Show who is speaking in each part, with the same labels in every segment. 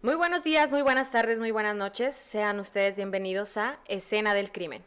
Speaker 1: Muy buenos días, muy buenas tardes, muy buenas noches. Sean ustedes bienvenidos a Escena del Crimen.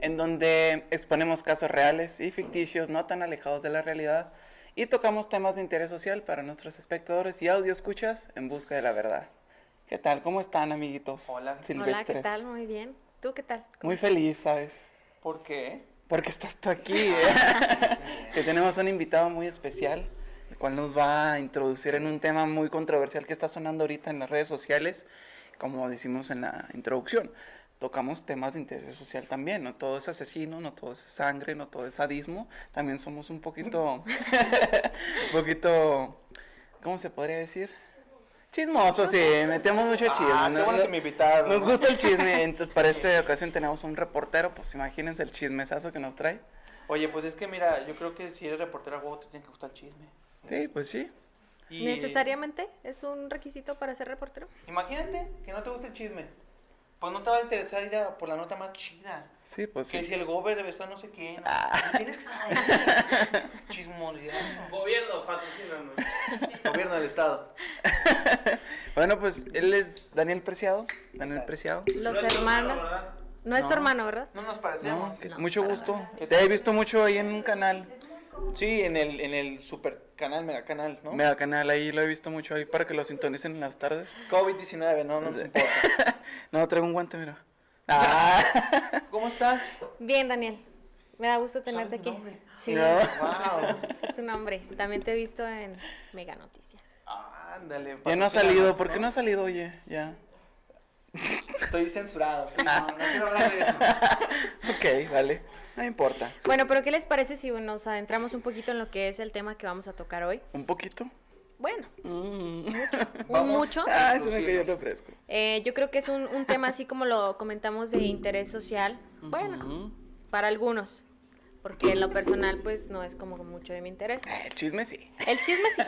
Speaker 2: en donde exponemos casos reales y ficticios no tan alejados de la realidad y tocamos temas de interés social para nuestros espectadores y audio escuchas en busca de la verdad. ¿Qué tal? ¿Cómo están, amiguitos?
Speaker 3: Hola.
Speaker 1: Hola, ¿qué
Speaker 2: Silvestres.
Speaker 1: tal? Muy bien. ¿Tú qué tal?
Speaker 2: Muy feliz, ¿sabes?
Speaker 3: ¿Por qué?
Speaker 2: Porque estás tú aquí, ¿eh? que tenemos un invitado muy especial, el cual nos va a introducir en un tema muy controversial que está sonando ahorita en las redes sociales, como decimos en la introducción. Tocamos temas de interés social también, no todo es asesino, no todo es sangre, no todo es sadismo, también somos un poquito, un poquito, ¿cómo se podría decir? Chismosos, sí, metemos mucho chisme.
Speaker 3: Ah, qué
Speaker 2: ¿no?
Speaker 3: bueno
Speaker 2: No-
Speaker 3: que me invitaron.
Speaker 2: nos gusta el chisme, entonces para esta ocasión tenemos un reportero, pues imagínense el chismesazo que nos trae.
Speaker 3: Oye, pues es que mira, yo creo que si eres reportera, huevo, te tiene que gustar el chisme.
Speaker 2: Sí, pues sí.
Speaker 3: Y-
Speaker 1: ¿Necesariamente es un requisito para ser reportero?
Speaker 3: Imagínate que no te gusta el chisme. Pues no te va a interesar ir a por la nota más chida.
Speaker 2: Sí, pues
Speaker 3: Que
Speaker 2: sí.
Speaker 3: si el gober debe estar no sé qué. no,
Speaker 2: Ah.
Speaker 3: Tienes que estar ahí. Chismoneando.
Speaker 4: Gobierno, patrocínanos.
Speaker 3: Gobierno del Estado.
Speaker 2: Bueno, pues él es Daniel Preciado. Daniel Preciado.
Speaker 1: Los
Speaker 4: No es tu hermano,
Speaker 1: hermanos.
Speaker 4: ¿verdad?
Speaker 1: No es tu
Speaker 2: No.
Speaker 1: hermano, ¿verdad?
Speaker 3: No nos
Speaker 2: No,
Speaker 3: parecemos.
Speaker 2: que-
Speaker 1: No,
Speaker 2: mucho
Speaker 1: para
Speaker 2: gusto.
Speaker 1: nada.
Speaker 2: Te he visto mucho ahí en un canal.
Speaker 3: Sí, en el, en el super canal, mega canal, ¿no?
Speaker 2: Mega canal, ahí lo he visto mucho ahí para que lo sintonicen en las tardes.
Speaker 3: COVID-19, no, no nos importa.
Speaker 2: No, traigo un guante, mira. Ah,
Speaker 3: ¿Cómo estás?
Speaker 1: Bien, Daniel. Me da gusto
Speaker 3: ¿Sabes
Speaker 1: tenerte
Speaker 3: mi
Speaker 1: aquí.
Speaker 3: nombre?
Speaker 1: Sí,
Speaker 2: No.
Speaker 3: Wow.
Speaker 1: sé tu nombre. También te he visto en Mega Noticias.
Speaker 3: Ándale.
Speaker 2: ya no ha
Speaker 3: patrocínanos,
Speaker 2: salido. ¿Por qué no ha salido, oye? Ya.
Speaker 3: Estoy censurado. sí, No, no quiero hablar de eso.
Speaker 2: Ok, vale. No importa.
Speaker 1: Bueno, pero ¿qué les parece si nos adentramos un poquito en lo que es el tema que vamos a tocar hoy?
Speaker 2: ¿Un poquito?
Speaker 1: Bueno,
Speaker 2: Mm.
Speaker 1: un mucho.
Speaker 2: Ah, se me cayó el refresco.
Speaker 1: Eh, yo creo que es un, un tema así como lo comentamos de interés social. Bueno,
Speaker 2: Ujú.
Speaker 1: para algunos. Porque en lo personal, pues no es como mucho de mi interés.
Speaker 2: Ah, El chisme sí.
Speaker 1: El chisme sí.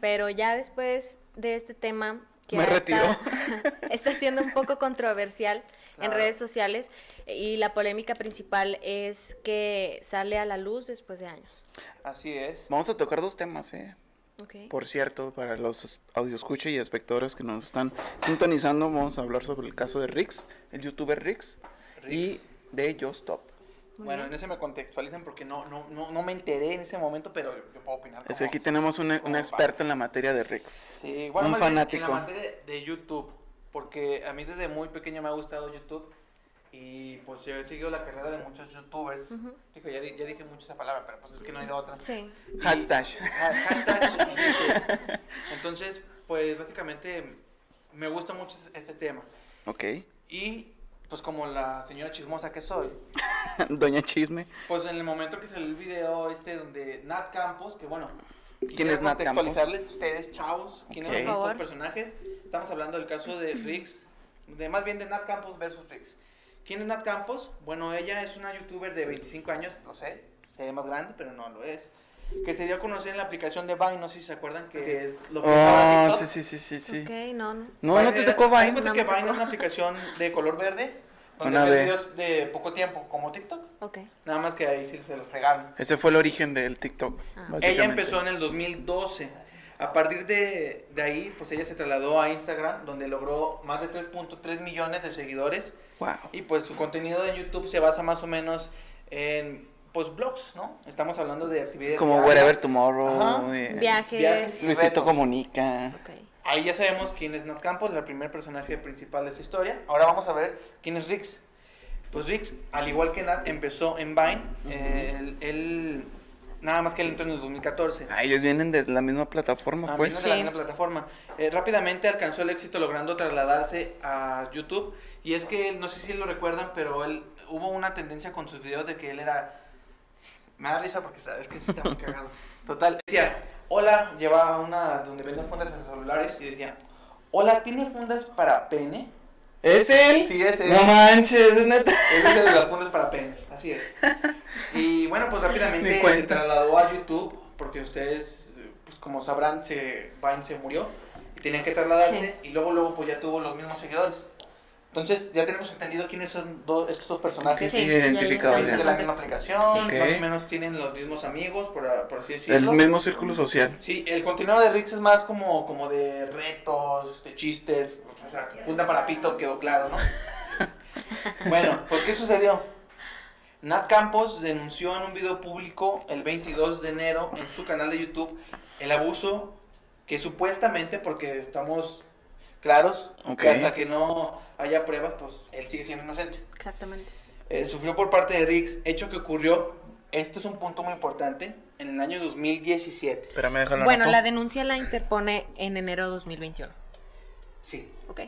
Speaker 1: Pero ya después de este tema que
Speaker 2: Me
Speaker 1: ha
Speaker 2: retiro.
Speaker 1: estado- está siendo un poco controversial en
Speaker 3: Claro.
Speaker 1: redes sociales y la polémica principal es que sale a la luz después de años.
Speaker 3: Así es.
Speaker 2: Vamos a tocar dos temas, eh.
Speaker 1: Okay.
Speaker 2: Por cierto, para los audioscuchas y espectadores que nos están sintonizando, vamos a hablar sobre el caso de Rix, el youtuber Rix, y
Speaker 3: Rix.
Speaker 2: de Yo Stop.
Speaker 1: Muy
Speaker 3: bueno,
Speaker 1: bien.
Speaker 3: en ese me contextualizan porque no, no, no, no me enteré en ese momento, pero yo, yo puedo opinar.
Speaker 2: Es que
Speaker 3: como-
Speaker 2: aquí tenemos un, un
Speaker 3: como
Speaker 2: experto en la materia de Rix.
Speaker 3: Sí, bueno,
Speaker 2: un
Speaker 3: más bien
Speaker 2: fanático.
Speaker 3: En la materia de YouTube, porque a mí desde muy pequeño me ha gustado YouTube y pues yo he seguido la carrera de muchos youtubers.
Speaker 1: Ujú.
Speaker 3: Dijo, ya, di- ya dije mucho esa palabra, pero pues es que no hay de otra.
Speaker 1: Sí.
Speaker 3: Y-
Speaker 2: Hashtag.
Speaker 3: Ha- hashtag YouTube. Entonces, pues básicamente me gusta mucho este tema.
Speaker 2: Ok.
Speaker 3: Y pues como la señora chismosa que soy,
Speaker 2: Doña Chisme.
Speaker 3: Pues en el momento que salió el video este donde Nat Campos, que bueno,
Speaker 2: ¿Quién es Nat Campos?
Speaker 3: contextualizarles ustedes, chavos, quiénes
Speaker 2: Ok.
Speaker 3: son
Speaker 1: Por
Speaker 3: los
Speaker 1: favor.
Speaker 3: personajes. Estamos hablando del caso de Riggs, de más bien de Nat Campos versus Riggs. ¿Quién es Nat Campos? Bueno, ella es una youtuber de 25 años, no sé, se ve más grande, pero no lo es. Que se dio a conocer en la aplicación de Vine, no sé si se acuerdan que es lo que es ahora
Speaker 2: Oh,
Speaker 3: TikTok.
Speaker 2: sí, sí, sí, sí, sí.
Speaker 1: Ok, no, no.
Speaker 2: No, no te tocó
Speaker 3: Vine.
Speaker 2: Vine.
Speaker 1: No me
Speaker 3: que Vine
Speaker 1: tocó.
Speaker 3: es una aplicación de color verde, donde
Speaker 2: Una
Speaker 3: hace
Speaker 2: vez.
Speaker 3: videos de poco tiempo, como TikTok.
Speaker 1: Ok.
Speaker 3: Nada más que ahí sí se los fregaron.
Speaker 2: Ese fue el origen del TikTok.
Speaker 1: Ah.
Speaker 2: básicamente.
Speaker 3: Ella empezó en el 2012. A partir de, de ahí, pues ella se trasladó a Instagram, donde logró más de 3.3 millones de seguidores.
Speaker 2: Wow.
Speaker 3: Y pues su contenido de YouTube se basa más o menos en, pues, blogs, ¿no? Estamos hablando de actividades.
Speaker 2: Como
Speaker 3: diarias,
Speaker 2: Wherever Tomorrow.
Speaker 3: Ajá.
Speaker 2: eh,
Speaker 1: Viajes.
Speaker 3: viajes y
Speaker 2: Luisito
Speaker 3: retos.
Speaker 2: Comunica.
Speaker 1: Ok.
Speaker 3: Ahí ya sabemos quién es Nat Campos, el primer personaje principal de esta historia. Ahora vamos a ver quién es Rix. Pues Rix, al igual que Nat, empezó en Vine. eh, él, él- nada más que él entró en el 2014.
Speaker 2: Ah, ellos vienen de la misma plataforma,
Speaker 3: Ah,
Speaker 2: pues.
Speaker 3: vino de la
Speaker 1: Sí.
Speaker 3: misma plataforma. Eh, rápidamente alcanzó el éxito logrando trasladarse a YouTube. Y es que él, no sé si lo recuerdan, pero él hubo una tendencia con sus videos de que él era. Me da risa porque sabes que sí está muy cagado. Total, decía, hola, llevaba una donde venden fundas de celulares y decía, hola, ¿tiene fundas para pene?
Speaker 2: ¿Es él?
Speaker 3: Sí, es él.
Speaker 2: No manches, es neta.
Speaker 3: Él es el de las fundas para penes, así es. Y bueno, pues
Speaker 2: Ni
Speaker 3: rápidamente se
Speaker 2: cuenta.
Speaker 3: trasladó a YouTube, porque ustedes, eh, pues como sabrán, se, Vine se murió, y tenían que trasladarse, y luego, luego, pues ya tuvo los mismos seguidores. Entonces, ya tenemos entendido quiénes son dos, estos dos personajes.
Speaker 2: Sí,
Speaker 1: Sí,
Speaker 2: identificado,
Speaker 3: Es
Speaker 1: ya, ya
Speaker 2: ya.
Speaker 3: de
Speaker 1: está
Speaker 3: la
Speaker 1: el
Speaker 3: misma
Speaker 1: contexto.
Speaker 3: aplicación,
Speaker 2: Sí.
Speaker 3: más
Speaker 2: Ok.
Speaker 3: o menos tienen los mismos amigos, por, por así
Speaker 2: El
Speaker 3: decirlo.
Speaker 2: mismo círculo social.
Speaker 3: Sí, el contenido de Rix es más como, como de retos, este, chistes, o sea, funda para pito, quedó claro, ¿no? bueno, pues ¿qué sucedió? Nat Campos denunció en un video público el 22 de enero en su canal de YouTube el abuso que supuestamente, porque estamos claros,
Speaker 2: Ok.
Speaker 3: que hasta que no haya pruebas, pues él sigue siendo inocente.
Speaker 1: Exactamente.
Speaker 3: Eh, sufrió por parte de Rix, hecho que ocurrió, esto es un punto muy importante, en el año 2017.
Speaker 2: Espérame, déjalo.
Speaker 1: Bueno,
Speaker 2: anoto.
Speaker 1: la denuncia la interpone en enero de 2021.
Speaker 3: Sí,
Speaker 1: Ok.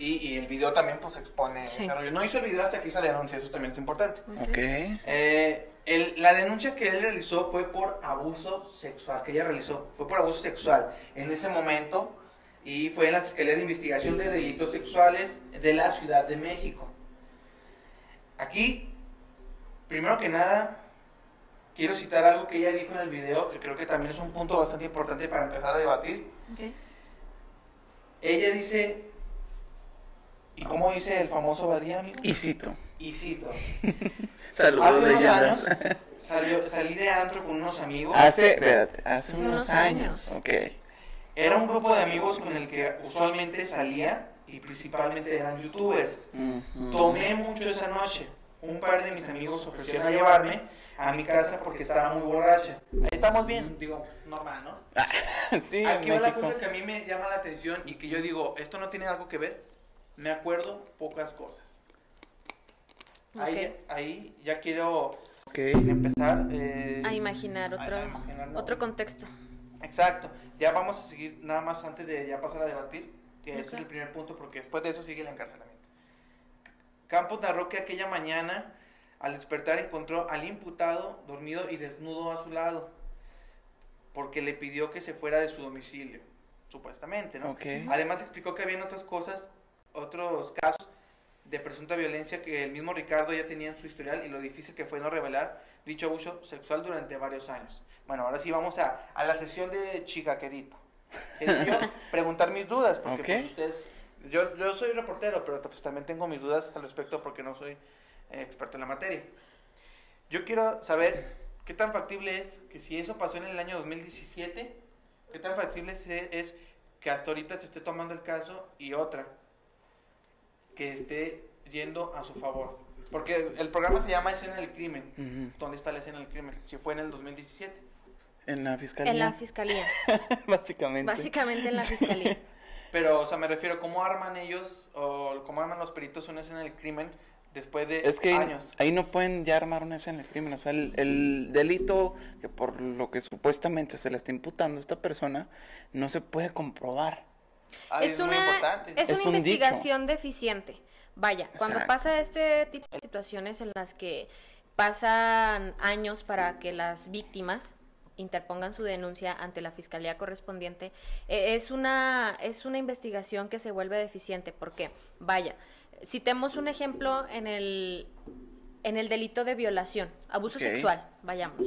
Speaker 3: Y, y el video también pues expone
Speaker 1: Sí.
Speaker 3: ese rollo. No hizo el video hasta que hizo la denuncia, eso también es importante.
Speaker 2: Ok.
Speaker 3: Eh, el- la denuncia que él realizó fue por abuso sexual, que ella realizó, fue por abuso sexual en ese momento y fue en la Fiscalía de Investigación de Delitos Sexuales de la Ciudad de México. Aquí, primero que nada, quiero citar algo que ella dijo en el video, que creo que también es un punto bastante importante para empezar a debatir.
Speaker 1: Ok.
Speaker 3: Ella dice, ¿y cómo dice el famoso Badía, amigo?
Speaker 2: Y cito.
Speaker 3: Y cito, hace
Speaker 2: Saludos,
Speaker 3: unos
Speaker 2: leyendas.
Speaker 3: años salió- salí de antro con unos amigos.
Speaker 2: Hace, espérate, hace
Speaker 1: Hace
Speaker 2: unos
Speaker 1: unos
Speaker 2: años.
Speaker 1: años.
Speaker 2: Ok.
Speaker 3: Era un grupo de amigos con el que usualmente salía y principalmente eran youtubers.
Speaker 2: Ujú.
Speaker 3: Tomé mucho esa noche. Un par de mis amigos ofrecieron a llevarme a mi casa porque estaba muy borracha. Ahí estamos bien, digo, normal, ¿no?
Speaker 2: Sí, en
Speaker 3: Aquí va la
Speaker 2: México.
Speaker 3: cosa que a mí me llama la atención y que yo digo, esto no tiene algo que ver. Me acuerdo pocas cosas. Ahí,
Speaker 1: Ok.
Speaker 3: ahí ya quiero
Speaker 2: Ok.
Speaker 3: empezar eh,
Speaker 1: A imaginar
Speaker 3: a- a
Speaker 1: otro,
Speaker 3: imaginar, ¿no?
Speaker 1: otro contexto.
Speaker 3: Exacto. Ya vamos a seguir nada más antes de ya pasar a debatir, que este
Speaker 1: Ok.
Speaker 3: es el primer punto, porque después de eso sigue el encarcelamiento. Campos narró que aquella mañana, al despertar, encontró al imputado dormido y desnudo a su lado, porque le pidió que se fuera de su domicilio, supuestamente, ¿no?
Speaker 2: Ok.
Speaker 3: Además explicó que habían otras cosas, otros casos de presunta violencia que el mismo Ricardo ya tenía en su historial y lo difícil que fue no revelar dicho abuso sexual durante varios años. Bueno, ahora sí vamos a, a la sesión de chicaquedito. Es yo preguntar mis dudas, porque
Speaker 2: Ok.
Speaker 3: pues, ustedes... Yo, yo soy reportero, pero pues, también tengo mis dudas al respecto porque no soy eh, experto en la materia. Yo quiero saber qué tan factible es que si eso pasó en el año 2017, qué tan factible se- es que hasta ahorita se esté tomando el caso y otra que esté yendo a su favor. Porque el programa se llama Escena del Crimen.
Speaker 2: Ujú.
Speaker 3: ¿Dónde está la escena del crimen? Si fue en el 2017.
Speaker 2: En la fiscalía.
Speaker 1: En la fiscalía.
Speaker 2: Básicamente.
Speaker 1: Básicamente en la fiscalía.
Speaker 3: Pero, o sea, me refiero, ¿cómo arman ellos o cómo arman los peritos una escena del crimen después de
Speaker 2: Es que ahí,
Speaker 3: años?
Speaker 2: ahí no pueden ya armar una escena del crimen. O sea, el, el delito que por lo que supuestamente se le está imputando a esta persona no se puede comprobar.
Speaker 3: Ah,
Speaker 1: es,
Speaker 3: muy
Speaker 1: una,
Speaker 3: importante.
Speaker 1: es
Speaker 2: Es
Speaker 1: una
Speaker 2: un dicho.
Speaker 1: investigación deficiente. Vaya, cuando
Speaker 2: Exacto.
Speaker 1: pasa este tipo de situaciones en las que pasan años para que las víctimas interpongan su denuncia ante la fiscalía correspondiente, eh, es una, es una investigación que se vuelve deficiente. ¿Por qué? Vaya, citemos un ejemplo en el, en el delito de violación, abuso
Speaker 2: Ok.
Speaker 1: sexual, vayamos.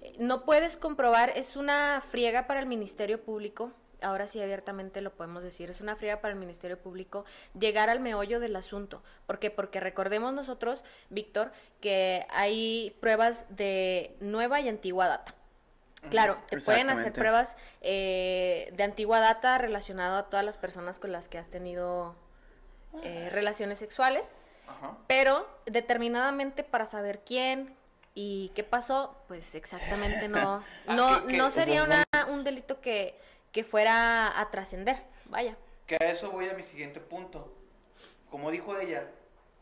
Speaker 1: Eh, No puedes comprobar, es una friega para el Ministerio Público, ahora sí abiertamente lo podemos decir, es una friega para el Ministerio Público llegar al meollo del asunto. ¿Por qué? Porque recordemos nosotros, Víctor, que hay pruebas de nueva y antigua data. Claro, te pueden hacer
Speaker 2: Exactamente.
Speaker 1: pruebas eh, de antigua data relacionado a todas las personas con las que has tenido eh, relaciones sexuales,
Speaker 3: Ajá.
Speaker 1: pero determinadamente para saber quién y qué pasó, pues exactamente no,
Speaker 3: Ah,
Speaker 1: no,
Speaker 3: que- que-
Speaker 1: no
Speaker 3: o sea,
Speaker 1: sería
Speaker 2: son-
Speaker 1: una, un delito que, que fuera a trascender, vaya.
Speaker 3: Que a eso voy a mi siguiente punto. Como dijo ella,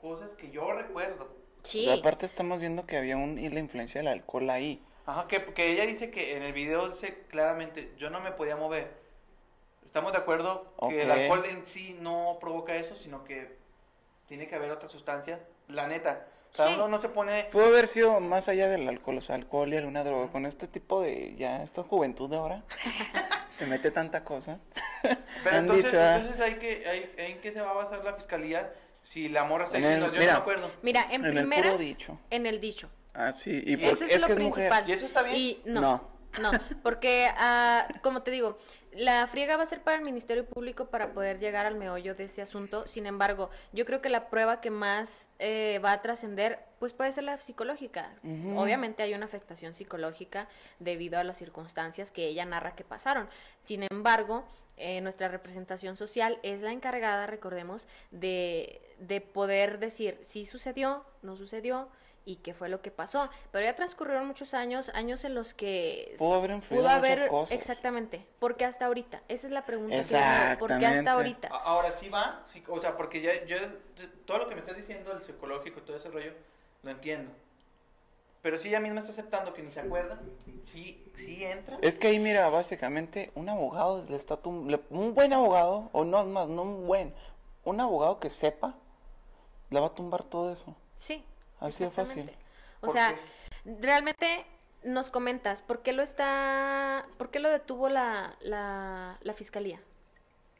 Speaker 3: cosas que yo recuerdo.
Speaker 1: Sí,
Speaker 2: O sea, aparte estamos viendo que había un, y la influencia del alcohol ahí.
Speaker 3: Ajá, que, que ella dice que en el video dice claramente, yo no me podía mover. Estamos de acuerdo que el
Speaker 2: Ok.
Speaker 3: alcohol en sí no provoca eso, sino que tiene que haber otra sustancia. La neta. O sea,
Speaker 1: Sí.
Speaker 3: uno no se pone...
Speaker 2: Pudo haber sido más allá del alcohol, o sea, alcohol y alguna droga. Con este tipo de, ya, esta juventud de ahora, se mete tanta cosa.
Speaker 3: Pero
Speaker 2: han
Speaker 3: entonces,
Speaker 2: dicho, ah.
Speaker 3: entonces hay que, hay- ¿en qué se va a basar la fiscalía si la morra está
Speaker 2: En el-
Speaker 3: diciendo, yo
Speaker 2: mira.
Speaker 3: no me acuerdo?
Speaker 1: Mira, en,
Speaker 2: En el
Speaker 1: primera,
Speaker 2: puro dicho.
Speaker 1: en el dicho.
Speaker 2: Ah, sí. Y
Speaker 1: Eso
Speaker 2: porque
Speaker 1: es,
Speaker 2: es,
Speaker 1: lo
Speaker 2: que es mujer.
Speaker 1: principal.
Speaker 3: ¿Y eso está bien?
Speaker 1: Y no.
Speaker 2: No.
Speaker 1: No. porque, ah, como te digo, la friega va a ser para el Ministerio Público para poder llegar al meollo de ese asunto. Sin embargo, yo creo que la prueba que más eh, va a trascender, pues puede ser la psicológica.
Speaker 2: Ujú.
Speaker 1: Obviamente hay una afectación psicológica debido a las circunstancias que ella narra que pasaron. Sin embargo, eh, nuestra representación social es la encargada, recordemos, de, de poder decir si sucedió, no sucedió y qué fue lo que pasó. Pero ya transcurrieron muchos años, años en los que
Speaker 2: Pudo haber influido
Speaker 1: pudo
Speaker 2: en muchas
Speaker 1: haber...
Speaker 2: cosas.
Speaker 1: Exactamente. ¿Por qué hasta ahorita? Esa es la pregunta. que yo me hago, ¿Por qué
Speaker 2: Exactamente.
Speaker 1: hasta ahorita?
Speaker 3: A- Ahora sí va, sí, o sea, porque ya yo todo lo que me estás diciendo, el psicológico y todo ese rollo, lo entiendo. Pero si ella misma está aceptando que ni se acuerda, sí, sí entra.
Speaker 2: Es que ahí, mira, básicamente, un abogado le está tum- le- un buen abogado, o no, más, no un buen, un abogado que sepa, le va a tumbar todo eso.
Speaker 1: Sí.
Speaker 2: Así de fácil.
Speaker 1: exactamente. O
Speaker 3: ¿Por
Speaker 1: sea, realmente nos comentas, ¿por qué lo está, por qué lo detuvo la, la, la fiscalía?